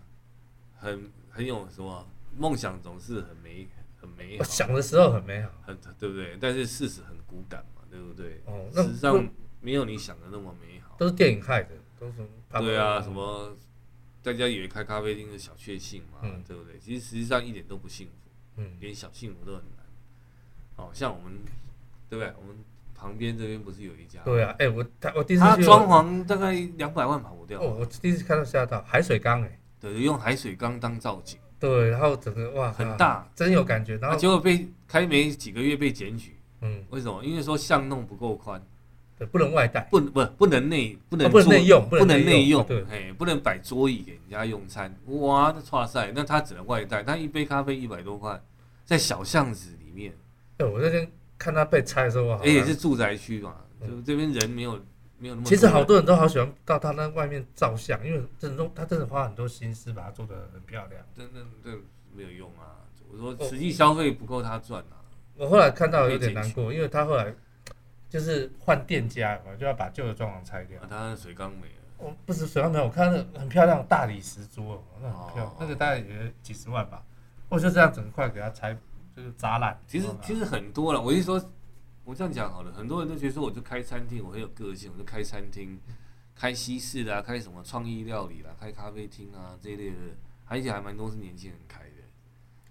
Speaker 2: 很很有什么梦想总是很美很美
Speaker 1: 我
Speaker 2: 好，
Speaker 1: 想的时候很美好，
Speaker 2: 很对不对？但是事实很骨感嘛，对不对？
Speaker 1: 哦那
Speaker 2: 事实上没有你想的那么美好。
Speaker 1: 都是电影害的，都是怕
Speaker 2: 对啊，什么大家以为开咖啡厅是小确幸嘛，
Speaker 1: 嗯
Speaker 2: 对不对？其实实际上一点都不幸福，
Speaker 1: 嗯
Speaker 2: 连小幸福都很难。哦，像我们，对不对？我们旁边这边不是有一家，
Speaker 1: 对啊，哎、我他我第一次
Speaker 2: 他
Speaker 1: 去
Speaker 2: 装潢大概两百万跑不掉，
Speaker 1: 哦，我第一次看到吓到海水缸哎、
Speaker 2: 对，用海水缸当造景，
Speaker 1: 对，然后整个哇
Speaker 2: 很大，
Speaker 1: 真有感觉，然
Speaker 2: 啊、
Speaker 1: 后、
Speaker 2: 结果被开没几个月被检举，
Speaker 1: 嗯，
Speaker 2: 为什么？因为说巷弄不够宽，
Speaker 1: 对，不能外带，
Speaker 2: 不不不能内不能
Speaker 1: 哦不能
Speaker 2: 坐
Speaker 1: 内用不
Speaker 2: 不
Speaker 1: 能
Speaker 2: 能内
Speaker 1: 内用
Speaker 2: 用
Speaker 1: 对，
Speaker 2: 哎，不能摆桌椅给人家用餐。哇，那哇塞，那他只能外带，他一杯咖啡一百多块，在小巷子里面，
Speaker 1: 对哎我那天看他被拆的时候，哦我好
Speaker 2: 而且
Speaker 1: 难
Speaker 2: 是住宅区嘛，就这边人没有没有哎那么。
Speaker 1: 其实好，多人都好喜欢到他那外面照相，因为真的他真的花很多心思把它做得很漂亮。
Speaker 2: 真的这没有用啊！我
Speaker 1: 哦
Speaker 2: 说实际消费不够他赚啊。
Speaker 1: 我后来看到有点难过，因为他后来就是换店家，我就要把旧的装潢拆掉
Speaker 2: 啊，。他的水缸没了。
Speaker 1: 我不止水上没有，我看那个很漂亮的大理石桌，哦那很漂亮，
Speaker 2: 哦
Speaker 1: 那个大概也几十万吧。我就这样整块给它拆，就是砸烂。
Speaker 2: 其实其
Speaker 1: 实
Speaker 2: 实很多了，我一说，我这样讲好了，很多人都觉得说，我就开餐厅，我很有个性，我就开餐厅，开西式的、啊，开什么创意料理啦、开咖啡厅啊这一类的，而且还蛮多是年轻人开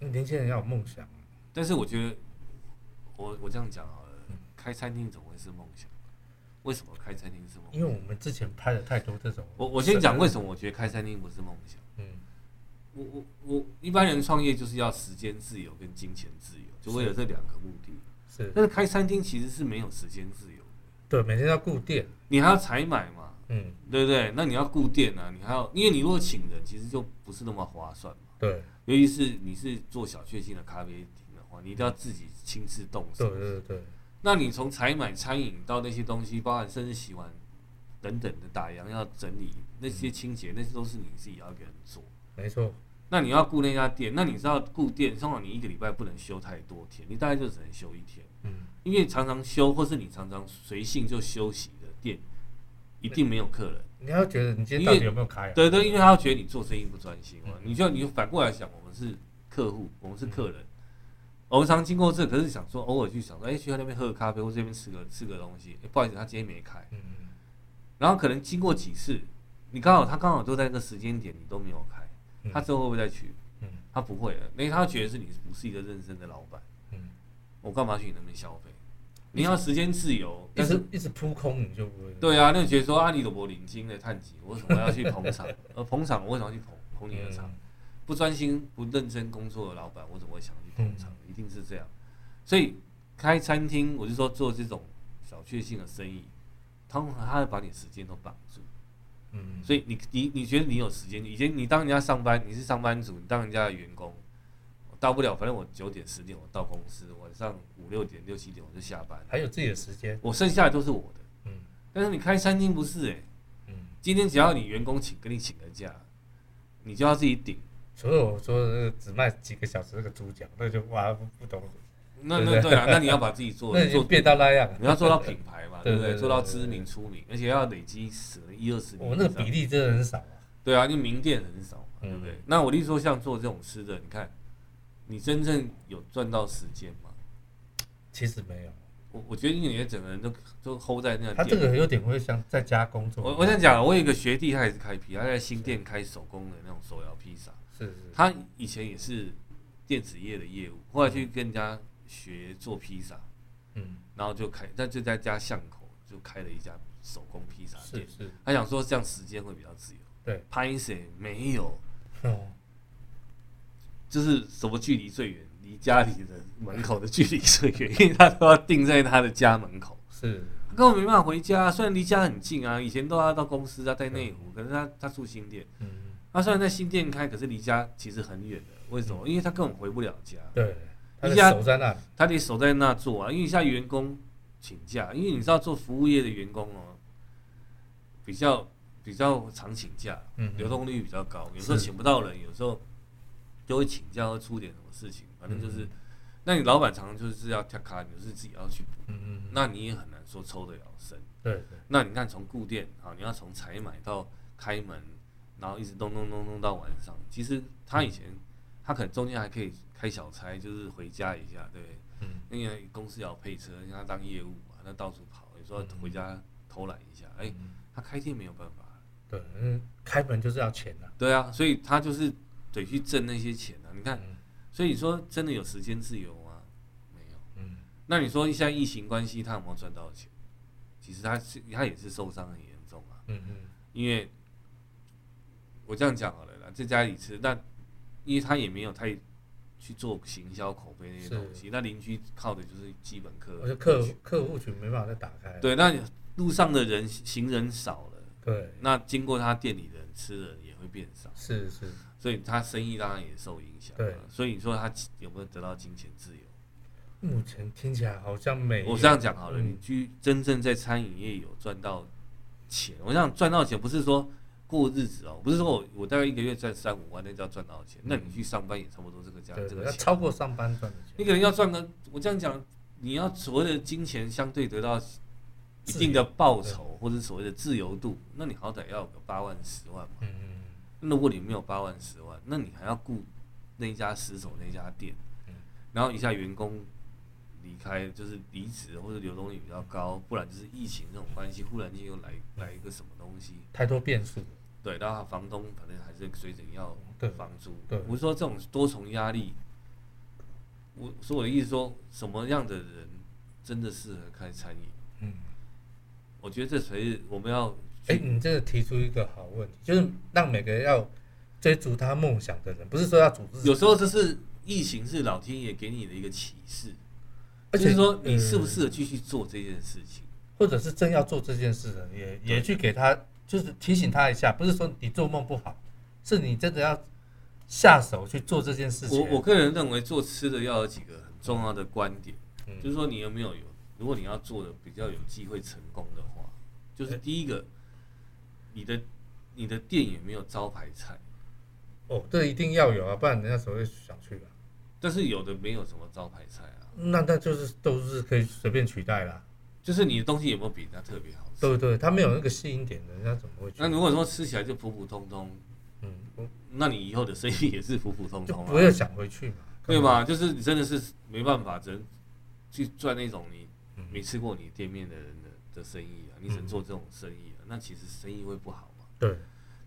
Speaker 2: 的。
Speaker 1: 年轻人要有梦想，
Speaker 2: 但是我觉得，我我这样讲好了，开餐厅怎么会是梦想？为什么开餐厅是梦想？
Speaker 1: 因为我们之前拍了太多这种。
Speaker 2: 我我先
Speaker 1: 啊
Speaker 2: 讲为什么我觉得开餐厅不是梦想。
Speaker 1: 嗯，
Speaker 2: 我我我一般人创业就是要时间自由跟金钱自由，就为了这两个目的。
Speaker 1: 是
Speaker 2: 但是开餐厅其实是没有时间自由的。
Speaker 1: 对，每天要顾店。
Speaker 2: 你还要采买嘛，
Speaker 1: 嗯，
Speaker 2: 对不对？那你要顾店啊，你还要，因为你如果请人，其实就不是那么划算嘛。
Speaker 1: 对
Speaker 2: 尤其是你是做小确幸的咖啡厅的话，你一定要自己亲自动
Speaker 1: 对
Speaker 2: 手。
Speaker 1: 对对，
Speaker 2: 那你从采买、餐饮到那些东西，包含甚至洗碗等等的打烊要整理那些清洁，那些都是你自己要一个人做。
Speaker 1: 没错。
Speaker 2: 那你要顾那家店，那你知道顾店，通常你一个礼拜不能休太多天，你大概就只能休一天。
Speaker 1: 嗯，
Speaker 2: 因为常常休，或是你常常随性就休息的店，一定没有客人。
Speaker 1: 你要觉得你今天到底有没有开、啊？
Speaker 2: 对对，因为他觉得你做生意不专心嘛，你就你就反过来想，我们是客户，我们是客人，我常经过这，可是想说偶尔去想说，哎、去那边喝个咖啡或这边吃个吃个东西、哎不好意思，他今天没开。
Speaker 1: 嗯嗯
Speaker 2: 然后可能经过几次，你刚好他刚好都在那个时间点，你都没有开，
Speaker 1: 嗯
Speaker 2: 他之后会不会再去？
Speaker 1: 嗯
Speaker 2: 他不会了，因为他觉得是你不是一个认真的老板，
Speaker 1: 嗯，
Speaker 2: 我干嘛去你那边消费？你要时间自由，
Speaker 1: 嗯一
Speaker 2: 但是
Speaker 1: 直一直扑空你就不会。
Speaker 2: 对啊，那你觉得说啊，你都不领金的探级，我为什么要去捧场？呃，捧场我为什么要去捧捧你的场？
Speaker 1: 嗯
Speaker 2: 不专心、不认真工作的老板，我怎么会想去捧场？一定是这样。所以开餐厅，我就说做这种小确幸的生意，他们他会把你时间都绑住。
Speaker 1: 嗯，
Speaker 2: 所以你你你觉得你有时间？以前你当人家上班，你是上班族，你当人家的员工，我到不了，反正我九点十点我到公司，晚上五六点六七点我就下班，
Speaker 1: 还有自己的时间，
Speaker 2: 我剩下的都是我的。
Speaker 1: 嗯
Speaker 2: 但是你开餐厅不是诶、欸
Speaker 1: 嗯，
Speaker 2: 今天只要你员工请跟你请个假，你就要自己顶。
Speaker 1: 所以我说那个只卖几个小时那个猪脚，那就哇不不懂，
Speaker 2: 那那对啊，那你要把自己做
Speaker 1: 那已
Speaker 2: 做
Speaker 1: 经变到那样了。
Speaker 2: 你要做到品牌嘛，
Speaker 1: 对
Speaker 2: 对不对？
Speaker 1: 对对
Speaker 2: 做到
Speaker 1: 对哦
Speaker 2: 知名出名，而且要累积十一二十年以上。
Speaker 1: 我那个比例真的很少啊。
Speaker 2: 对啊，因为名店很少嘛，
Speaker 1: 嗯
Speaker 2: 对不对？那我例如说像做这种吃的，你看，你真正有赚到时间吗？
Speaker 1: 其实没有，
Speaker 2: 我我觉得你也整个人都都 hold 在那
Speaker 1: 他
Speaker 2: 个
Speaker 1: 这
Speaker 2: 店。
Speaker 1: 个有点会像在家工作。
Speaker 2: 我我想讲，啊我有一个学弟，他也是开皮，他在新店开手工的那种手摇披萨。
Speaker 1: 是是
Speaker 2: 他以前也是电子业的业务，后来去跟人家学做披萨，
Speaker 1: 嗯
Speaker 2: 然后就开，他就在家巷口就开了一家手工披萨店
Speaker 1: 是。是
Speaker 2: 他想说这样时间会比较自由。
Speaker 1: 对，
Speaker 2: 拍谁没有？
Speaker 1: 哦
Speaker 2: 就是什么距离最远？离家里的门口的距离最远，因为他都要定在他的家门口，
Speaker 1: 是
Speaker 2: 他根本没办法回家。虽然离家很近啊，以前都要到公司啊，在内湖，可是他他住新店，
Speaker 1: 嗯
Speaker 2: 他虽然在新店开，可是离家其实很远的。为什
Speaker 1: 嗯
Speaker 2: 么？因为他根本回不了家，
Speaker 1: 对，他的
Speaker 2: 一家
Speaker 1: 手在那里，
Speaker 2: 他得守在那做啊。因为现在员工请假，因为你知道做服务业的员工哦，比较比较常请假，
Speaker 1: 嗯
Speaker 2: 流动率比较高，有时候
Speaker 1: 是
Speaker 2: 请不到人，有时候就会请假，会出点什么事情，反正
Speaker 1: 嗯
Speaker 2: 就是，那你老板常常就是要跳卡，你就是自己要去补，
Speaker 1: 嗯嗯嗯
Speaker 2: 那你也很难说抽得了身。
Speaker 1: 对对
Speaker 2: 那你看从固店啊，你要从采买到开门，然后一直咚咚咚咚到晚上，其实他以前他可能中间还可以开小差，就是回家一下，对不对，
Speaker 1: 嗯
Speaker 2: 因为公司要有配车，因为他当业务嘛，那到处跑，有时候回家偷懒一下，哎、
Speaker 1: 嗯
Speaker 2: 他开店没有办法。
Speaker 1: 对，嗯开门就是要钱呐。
Speaker 2: 对啊，所以他就是得去挣那些钱啊。你看，
Speaker 1: 嗯
Speaker 2: 所以你说真的有时间自由吗？没有。
Speaker 1: 嗯
Speaker 2: 那你说现在疫情关系，他有没有赚到钱？其实他是他也是受伤很严重啊。
Speaker 1: 嗯嗯
Speaker 2: 因为我这样讲好了啦，在家里吃，那因为他也没有太去做行销口碑那些
Speaker 1: 是
Speaker 2: 东西，那邻居靠的就是基本客
Speaker 1: 我。的客户哎客户群没办法再打开。
Speaker 2: 对，那路上的人行人少了，
Speaker 1: 对，
Speaker 2: 那经过他店里的人吃的人也会变少。
Speaker 1: 是是，
Speaker 2: 所以他生意当然也受影响。啊
Speaker 1: 对，
Speaker 2: 所以你说他有没有得到金钱自由？
Speaker 1: 目前听起来好像没有。
Speaker 2: 我这样讲好了，
Speaker 1: 嗯
Speaker 2: 你居真正在餐饮业有赚到钱，我想赚到钱不是说过日子哦，不是说我我大概一个月赚三五万那叫赚到钱，那你去上班也差不多这个价
Speaker 1: 嗯对
Speaker 2: 这
Speaker 1: 对
Speaker 2: 个
Speaker 1: 要
Speaker 2: 钱，
Speaker 1: 超过上班赚的钱。
Speaker 2: 你可能要赚个，我这样讲，你要所谓的金钱相对得到。一定的报酬或者所谓的自由度，那你好歹要有个八万十万嘛。
Speaker 1: 嗯嗯
Speaker 2: 如果你没有八万十万，那你还要雇那一家失手那家店，
Speaker 1: 嗯
Speaker 2: 然后一下员工离开，就是离职或者流动率比较高，不然就是疫情这种关系，忽然间又来
Speaker 1: 嗯
Speaker 2: 来一个什么东西，
Speaker 1: 太多变数。
Speaker 2: 对，然后房东反正还是随着你要
Speaker 1: 对
Speaker 2: 房租
Speaker 1: 对。
Speaker 2: 我是说这种多重压力，我所以我的意思说，什么样的人真的适合开餐饮？
Speaker 1: 嗯，
Speaker 2: 我觉得这才是我们要
Speaker 1: 哎，
Speaker 2: 去
Speaker 1: 你这个提出一个好问题，就是让每个要追逐他梦想的人，不是说要组织，
Speaker 2: 有时候这是疫情是老天爷给你的一个启示，
Speaker 1: 而
Speaker 2: 就
Speaker 1: 且
Speaker 2: 是说你适不
Speaker 1: 呃
Speaker 2: 适合继续做这件事情。
Speaker 1: 或者是正要做这件事的，也也去给他，就是提醒他一下，不是说你做梦不好，是你真的要下手去做这件事情。
Speaker 2: 我我个人认为做吃的要有几个很重要的观点，
Speaker 1: 嗯
Speaker 2: 就是说你有没有有，如果你要做的比较有机会成功的话，
Speaker 1: 哎
Speaker 2: 就是第一个，你的你的店有没有招牌菜？
Speaker 1: 哦，这一定要有啊，不然人家怎么会想去啊？
Speaker 2: 但是有的没有什么招牌菜啊，
Speaker 1: 那那就是都是可以随便取代啦，
Speaker 2: 就是你的东西有没有比人家特别好吃？
Speaker 1: 对不对？他没有那个吸引点，人家怎么会去？
Speaker 2: 那如果说吃起来就普普通通，
Speaker 1: 嗯，
Speaker 2: 那你以后的生意也是普普通
Speaker 1: 就
Speaker 2: 通啊
Speaker 1: 不。要想回去嘛。
Speaker 2: 对吧？就是你真的是没办法，只能去赚那种你
Speaker 1: 嗯
Speaker 2: 没吃过你店面的人的的生意啊，你只能做这种生意啊，那其实生意会不好嘛。
Speaker 1: 对，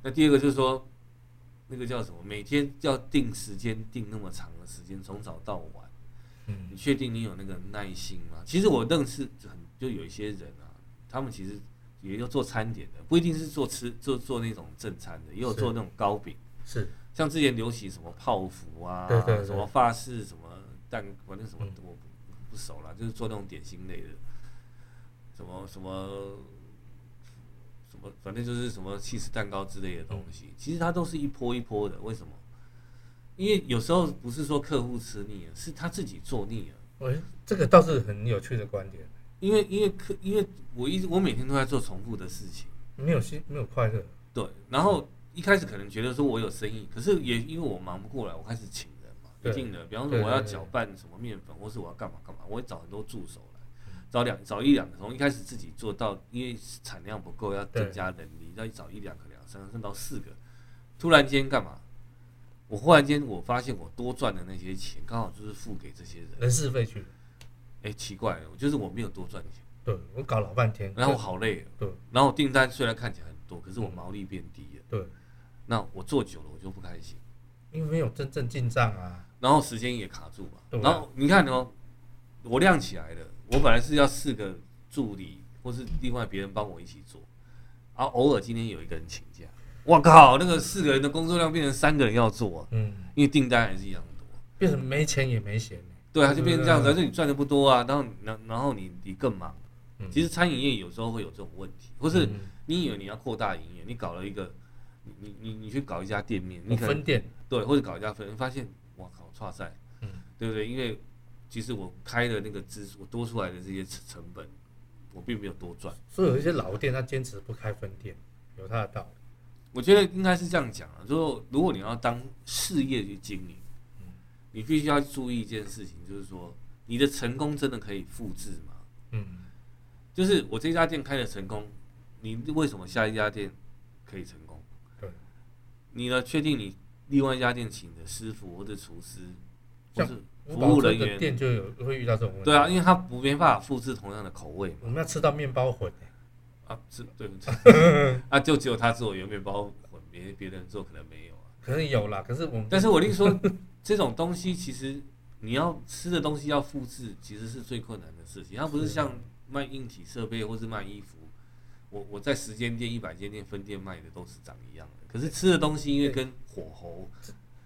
Speaker 2: 那第二个就是说，那个叫什么？每天要定时间，定那么长的时间，从早到晚，
Speaker 1: 嗯
Speaker 2: 你确定你有那个耐心吗？其实我认识很就有一些人啊，他们其实也要做餐点的，不一定是做吃做做那种正餐的，也有
Speaker 1: 是
Speaker 2: 做那种糕饼。
Speaker 1: 是，
Speaker 2: 像之前流行什么泡芙啊，
Speaker 1: 对对对
Speaker 2: 什么法式什么蛋，反正什么
Speaker 1: 嗯
Speaker 2: 我不不熟啦，就是做那种点心类的，什么什么什么，反正就是什么气式蛋糕之类的东
Speaker 1: 嗯
Speaker 2: 西。其实它都是一波一波的，为什么？因为有时候不是说客户吃腻了，是他自己做腻了。
Speaker 1: 哎、这个倒是很有趣的观点，
Speaker 2: 因为因为客，因为我一直我每天都在做重复的事情。
Speaker 1: 没有心没有快乐，
Speaker 2: 对，然后一开始可能觉得说我有生意，可是也因为我忙不过来，我开始请人嘛，
Speaker 1: 对
Speaker 2: 一定的。比方说
Speaker 1: 对
Speaker 2: 我要
Speaker 1: 对对
Speaker 2: 搅拌什么面粉，或是我要干嘛干嘛，我会找很多助手来，找两找一两个，从一开始自己做到，因为产量不够，要
Speaker 1: 对
Speaker 2: 增加人力，要找一两个、两三个，甚至到四个。突然间干嘛？我忽然间我发现我多赚的那些钱，刚好就是付给这些人。
Speaker 1: 人事废去了。
Speaker 2: 哎，奇怪，我就是我没有多赚钱，
Speaker 1: 对我搞老半天，
Speaker 2: 然后我好累哦。
Speaker 1: 对
Speaker 2: 然后订单虽然看起来很多，可是
Speaker 1: 嗯
Speaker 2: 我毛利变低了。
Speaker 1: 对，
Speaker 2: 那我做久了我就不开心，
Speaker 1: 因为没有真正进账啊，
Speaker 2: 然后时间也卡住嘛。
Speaker 1: 对啊
Speaker 2: 然后你看哦，我亮起来了，我本来是要四个助理或是另外别人帮我一起做，啊，偶尔今天有一个人请假，我靠，那个四个人的工作量变成三个人要做、啊，
Speaker 1: 嗯，
Speaker 2: 因为订单还是一样多。
Speaker 1: 变成没钱也没闲、
Speaker 2: 对啊，就变成这样子，
Speaker 1: 对
Speaker 2: 而且你赚的不多啊，然后然然后你你更忙。
Speaker 1: 嗯
Speaker 2: 其实餐饮业有时候会有这种问题，
Speaker 1: 不
Speaker 2: 或是你以为你要扩大营业，你搞了一个，你你你你去搞一家店面，你可能
Speaker 1: 分店，
Speaker 2: 对，或者搞一家分，发现哇靠，差赛，
Speaker 1: 嗯
Speaker 2: 对不对？因为其实我开的那个支出，我多出来的这些成成本，我并没有多赚。
Speaker 1: 所以有一些老店他坚持不开分店，有他的道理，
Speaker 2: 我觉得应该是这样讲啊，就是如果你要当事业去经营，
Speaker 1: 嗯
Speaker 2: 你必须要注意一件事情，就是说你的成功真的可以复制吗？
Speaker 1: 嗯，
Speaker 2: 就是我这家店开的成功，你为什么下一家店可以成功？
Speaker 1: 对，
Speaker 2: 你呢？确定你另外一家店请的师傅或者厨师，或
Speaker 1: 像
Speaker 2: 是服
Speaker 1: 五
Speaker 2: 务
Speaker 1: 宝
Speaker 2: 人
Speaker 1: 村
Speaker 2: 员
Speaker 1: 的，店就有会遇到这种问题，
Speaker 2: 对啊，，因为它不没办法复制同样的口味嘛。
Speaker 1: 我们要吃到面包混、
Speaker 2: 啊，是对不对？ 啊，就只有他做有面包混，别别人做可能没有啊。
Speaker 1: 可能有啦，可是我们
Speaker 2: 但是我另 说，这种东西其实你要吃的东西要复制，其实是最困难的事情。它不是
Speaker 1: 是
Speaker 2: 像卖硬体设备或是卖衣服，我我在十间店、一百间店分店卖的都是长一样的。可是吃的东西，因为跟火候，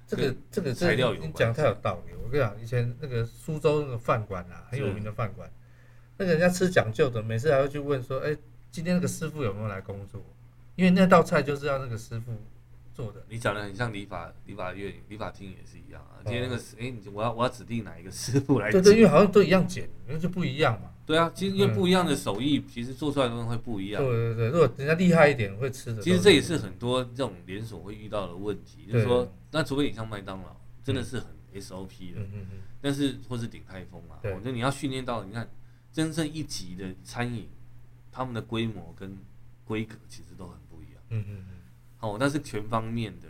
Speaker 1: 这个这个
Speaker 2: 材料有
Speaker 1: 你
Speaker 2: 关
Speaker 1: 讲太有道理。我跟你讲，以前那个苏州那个饭馆啊，很有名的饭馆，那个人家吃讲究的，每次还会去问说，哎，今天那个师傅有没有来工作？因为那道菜就是要那个师傅做的。
Speaker 2: 你讲的很像理法理法院、理法厅也是一样啊。今天那个
Speaker 1: 哦
Speaker 2: 是，哎、你我要我要指定哪一个师傅来
Speaker 1: 对
Speaker 2: 剪
Speaker 1: 对，因为好像都一样剪，那就不一样嘛。
Speaker 2: 对啊，其实因为
Speaker 1: 嗯
Speaker 2: 不一样的手艺，其实做出来的东西会不一
Speaker 1: 对
Speaker 2: 样。
Speaker 1: 对对，如果人家厉害一点，会吃的。嗯
Speaker 2: 其实这也是很多这种连锁会遇到的问题，就是说
Speaker 1: 对，
Speaker 2: 那除非你像麦当劳，真的是很 SOP 的，
Speaker 1: 嗯嗯嗯，
Speaker 2: 但是或是鼎泰丰啊，我
Speaker 1: 对
Speaker 2: 觉得你要训练到，你看真正一级的餐饮，他们的规模跟规格其实都很不一样。
Speaker 1: 嗯嗯嗯。
Speaker 2: 好，那是全方面的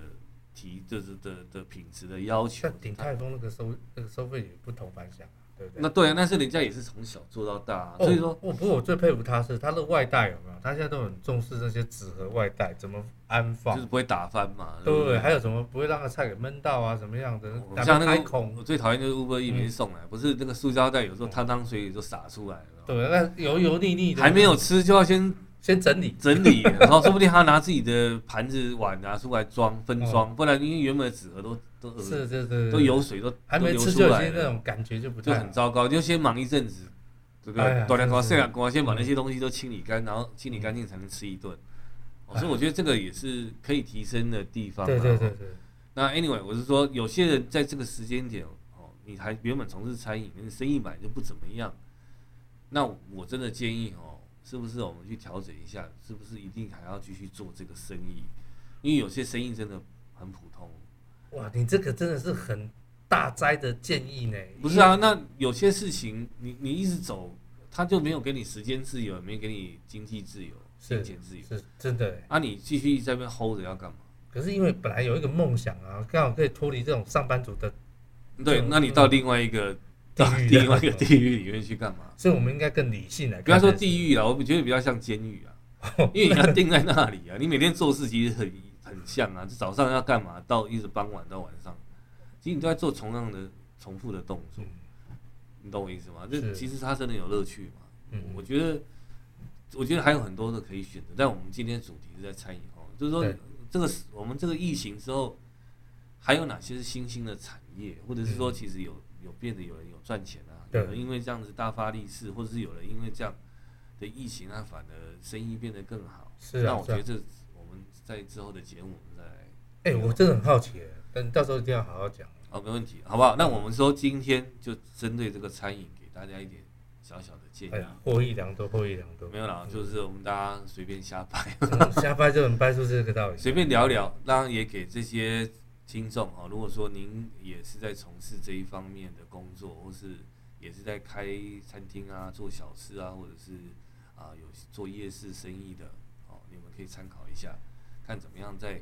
Speaker 2: 提，就是的的品质的 要求
Speaker 1: 像。鼎泰丰那个收那个收费也不同凡响啊，对不对？
Speaker 2: 那对啊，但是人家也是从小做到大啊、
Speaker 1: 哦
Speaker 2: 所以说，
Speaker 1: 我不过我最佩服他是他的外带有没有？他现在都很重视这些纸盒外带怎么安放
Speaker 2: 就，是不会打翻嘛。
Speaker 1: 对
Speaker 2: 不
Speaker 1: 对，还有什么不会让个菜给闷到啊？什么样的
Speaker 2: 我？
Speaker 1: 打
Speaker 2: 哦像
Speaker 1: 不
Speaker 2: 那
Speaker 1: 开
Speaker 2: 个
Speaker 1: 孔，
Speaker 2: 我最讨厌就是 Uber E 每次送来，不是那个塑胶袋，有时候汤汤水水就洒出来了，
Speaker 1: 对，那油油腻腻的，
Speaker 2: 还没有吃就要先
Speaker 1: 先整理。
Speaker 2: 整理， 然后说不定他拿自己的盘子碗拿出来装分装，不然因为原本的纸盒都都
Speaker 1: 哦是是是，
Speaker 2: 呃都油水都
Speaker 1: 还没
Speaker 2: 都流
Speaker 1: 吃
Speaker 2: 出
Speaker 1: 就已
Speaker 2: 来
Speaker 1: 经那
Speaker 2: 了，
Speaker 1: 种感觉就不
Speaker 2: 就
Speaker 1: 太好
Speaker 2: 很糟糕，就先忙一阵子。对不
Speaker 1: 哎呀嗯
Speaker 2: 对？短两瓜、
Speaker 1: 真是
Speaker 2: 剩两瓜，先把那些东西都清理干，然后清理干净才能吃一顿。哦所以我觉得这个也是可以提升的地方啊。
Speaker 1: 哎对对对对，
Speaker 2: 那 anyway，我是说，有些人在这个时间点哦，你还原本从事餐饮，那个生意本来就不怎么样，那我真的建议哦，是不是我们去调整一下？是不是一定还要继续做这个生意？因为有些生意真的很普通。
Speaker 1: 哇，你这个真的是很大灾的建议呢。
Speaker 2: 不是啊，那有些事情你你一直走，他就没有给你时间自由，也没给你经济自由、
Speaker 1: 是
Speaker 2: 金钱自由。
Speaker 1: 是真的欸。
Speaker 2: 啊，你继续在那边 hold 着要干嘛？
Speaker 1: 可是因为本来有一个梦想啊，刚好可以脱离这种上班族的
Speaker 2: 对，那你到另外一个到
Speaker 1: 地狱
Speaker 2: 另外一个地狱里面去干嘛？
Speaker 1: 所以我们应该更理性来
Speaker 2: 不要
Speaker 1: 看待
Speaker 2: 说
Speaker 1: 事情。
Speaker 2: 地狱啊，我觉得比较像监狱啊，因为你要定在那里啊，你每天做事其实很很像啊，就早上要干嘛，到一直傍晚到晚上，其实你都在做同样的重复的动作，
Speaker 1: 嗯
Speaker 2: 你懂我意思吗？这
Speaker 1: 是
Speaker 2: 其实它真的有乐趣嘛。
Speaker 1: 嗯，
Speaker 2: 我觉得，我觉得还有很多的可以选择，但我们今天主题是在餐饮哦，就是说
Speaker 1: 对
Speaker 2: 这个是我们这个疫情之后，还有哪些是新兴的产业，或者是说其实有有变得有人有赚钱啊，
Speaker 1: 嗯对
Speaker 2: 有人因为这样子大发利市，或者是有人因为这样的疫情啊，反而生意变得更好。
Speaker 1: 是啊
Speaker 2: 那我
Speaker 1: 是啊
Speaker 2: 觉得这我们在之后的节目我们再来。
Speaker 1: 哎、我真的很好奇，但到时候一定要好好讲。
Speaker 2: 好，哦没问题，好不好？那我们说今天就针对这个餐饮，给大家一点小小的建
Speaker 1: 哎
Speaker 2: 议。
Speaker 1: 呀，获益良多，获益良多。
Speaker 2: 没有啦，就是我们大家随便瞎掰。
Speaker 1: 嗯瞎掰就能掰出这个道理。
Speaker 2: 随便聊聊，当然也给这些听众哦，如果说您也是在从事这一方面的工作，或是也是在开餐厅啊、做小吃啊，或者是啊有做夜市生意的哦，你们可以参考一下，看怎么样在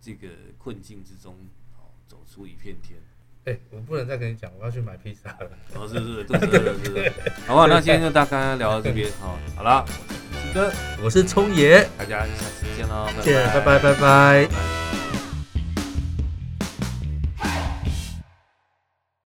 Speaker 2: 这个困境之中哦走出一片天。
Speaker 1: 哎、我不能再跟你讲，我要去买披萨了。
Speaker 2: 哦，是是，肚子饿了，是是， 好不好？那今天就大概聊到这边，好、哦，好啦，我是鸡哥，
Speaker 1: 我是聪爷，
Speaker 2: 大家下次见喽，
Speaker 1: 谢谢，
Speaker 2: 拜
Speaker 1: 拜拜拜拜
Speaker 2: 拜拜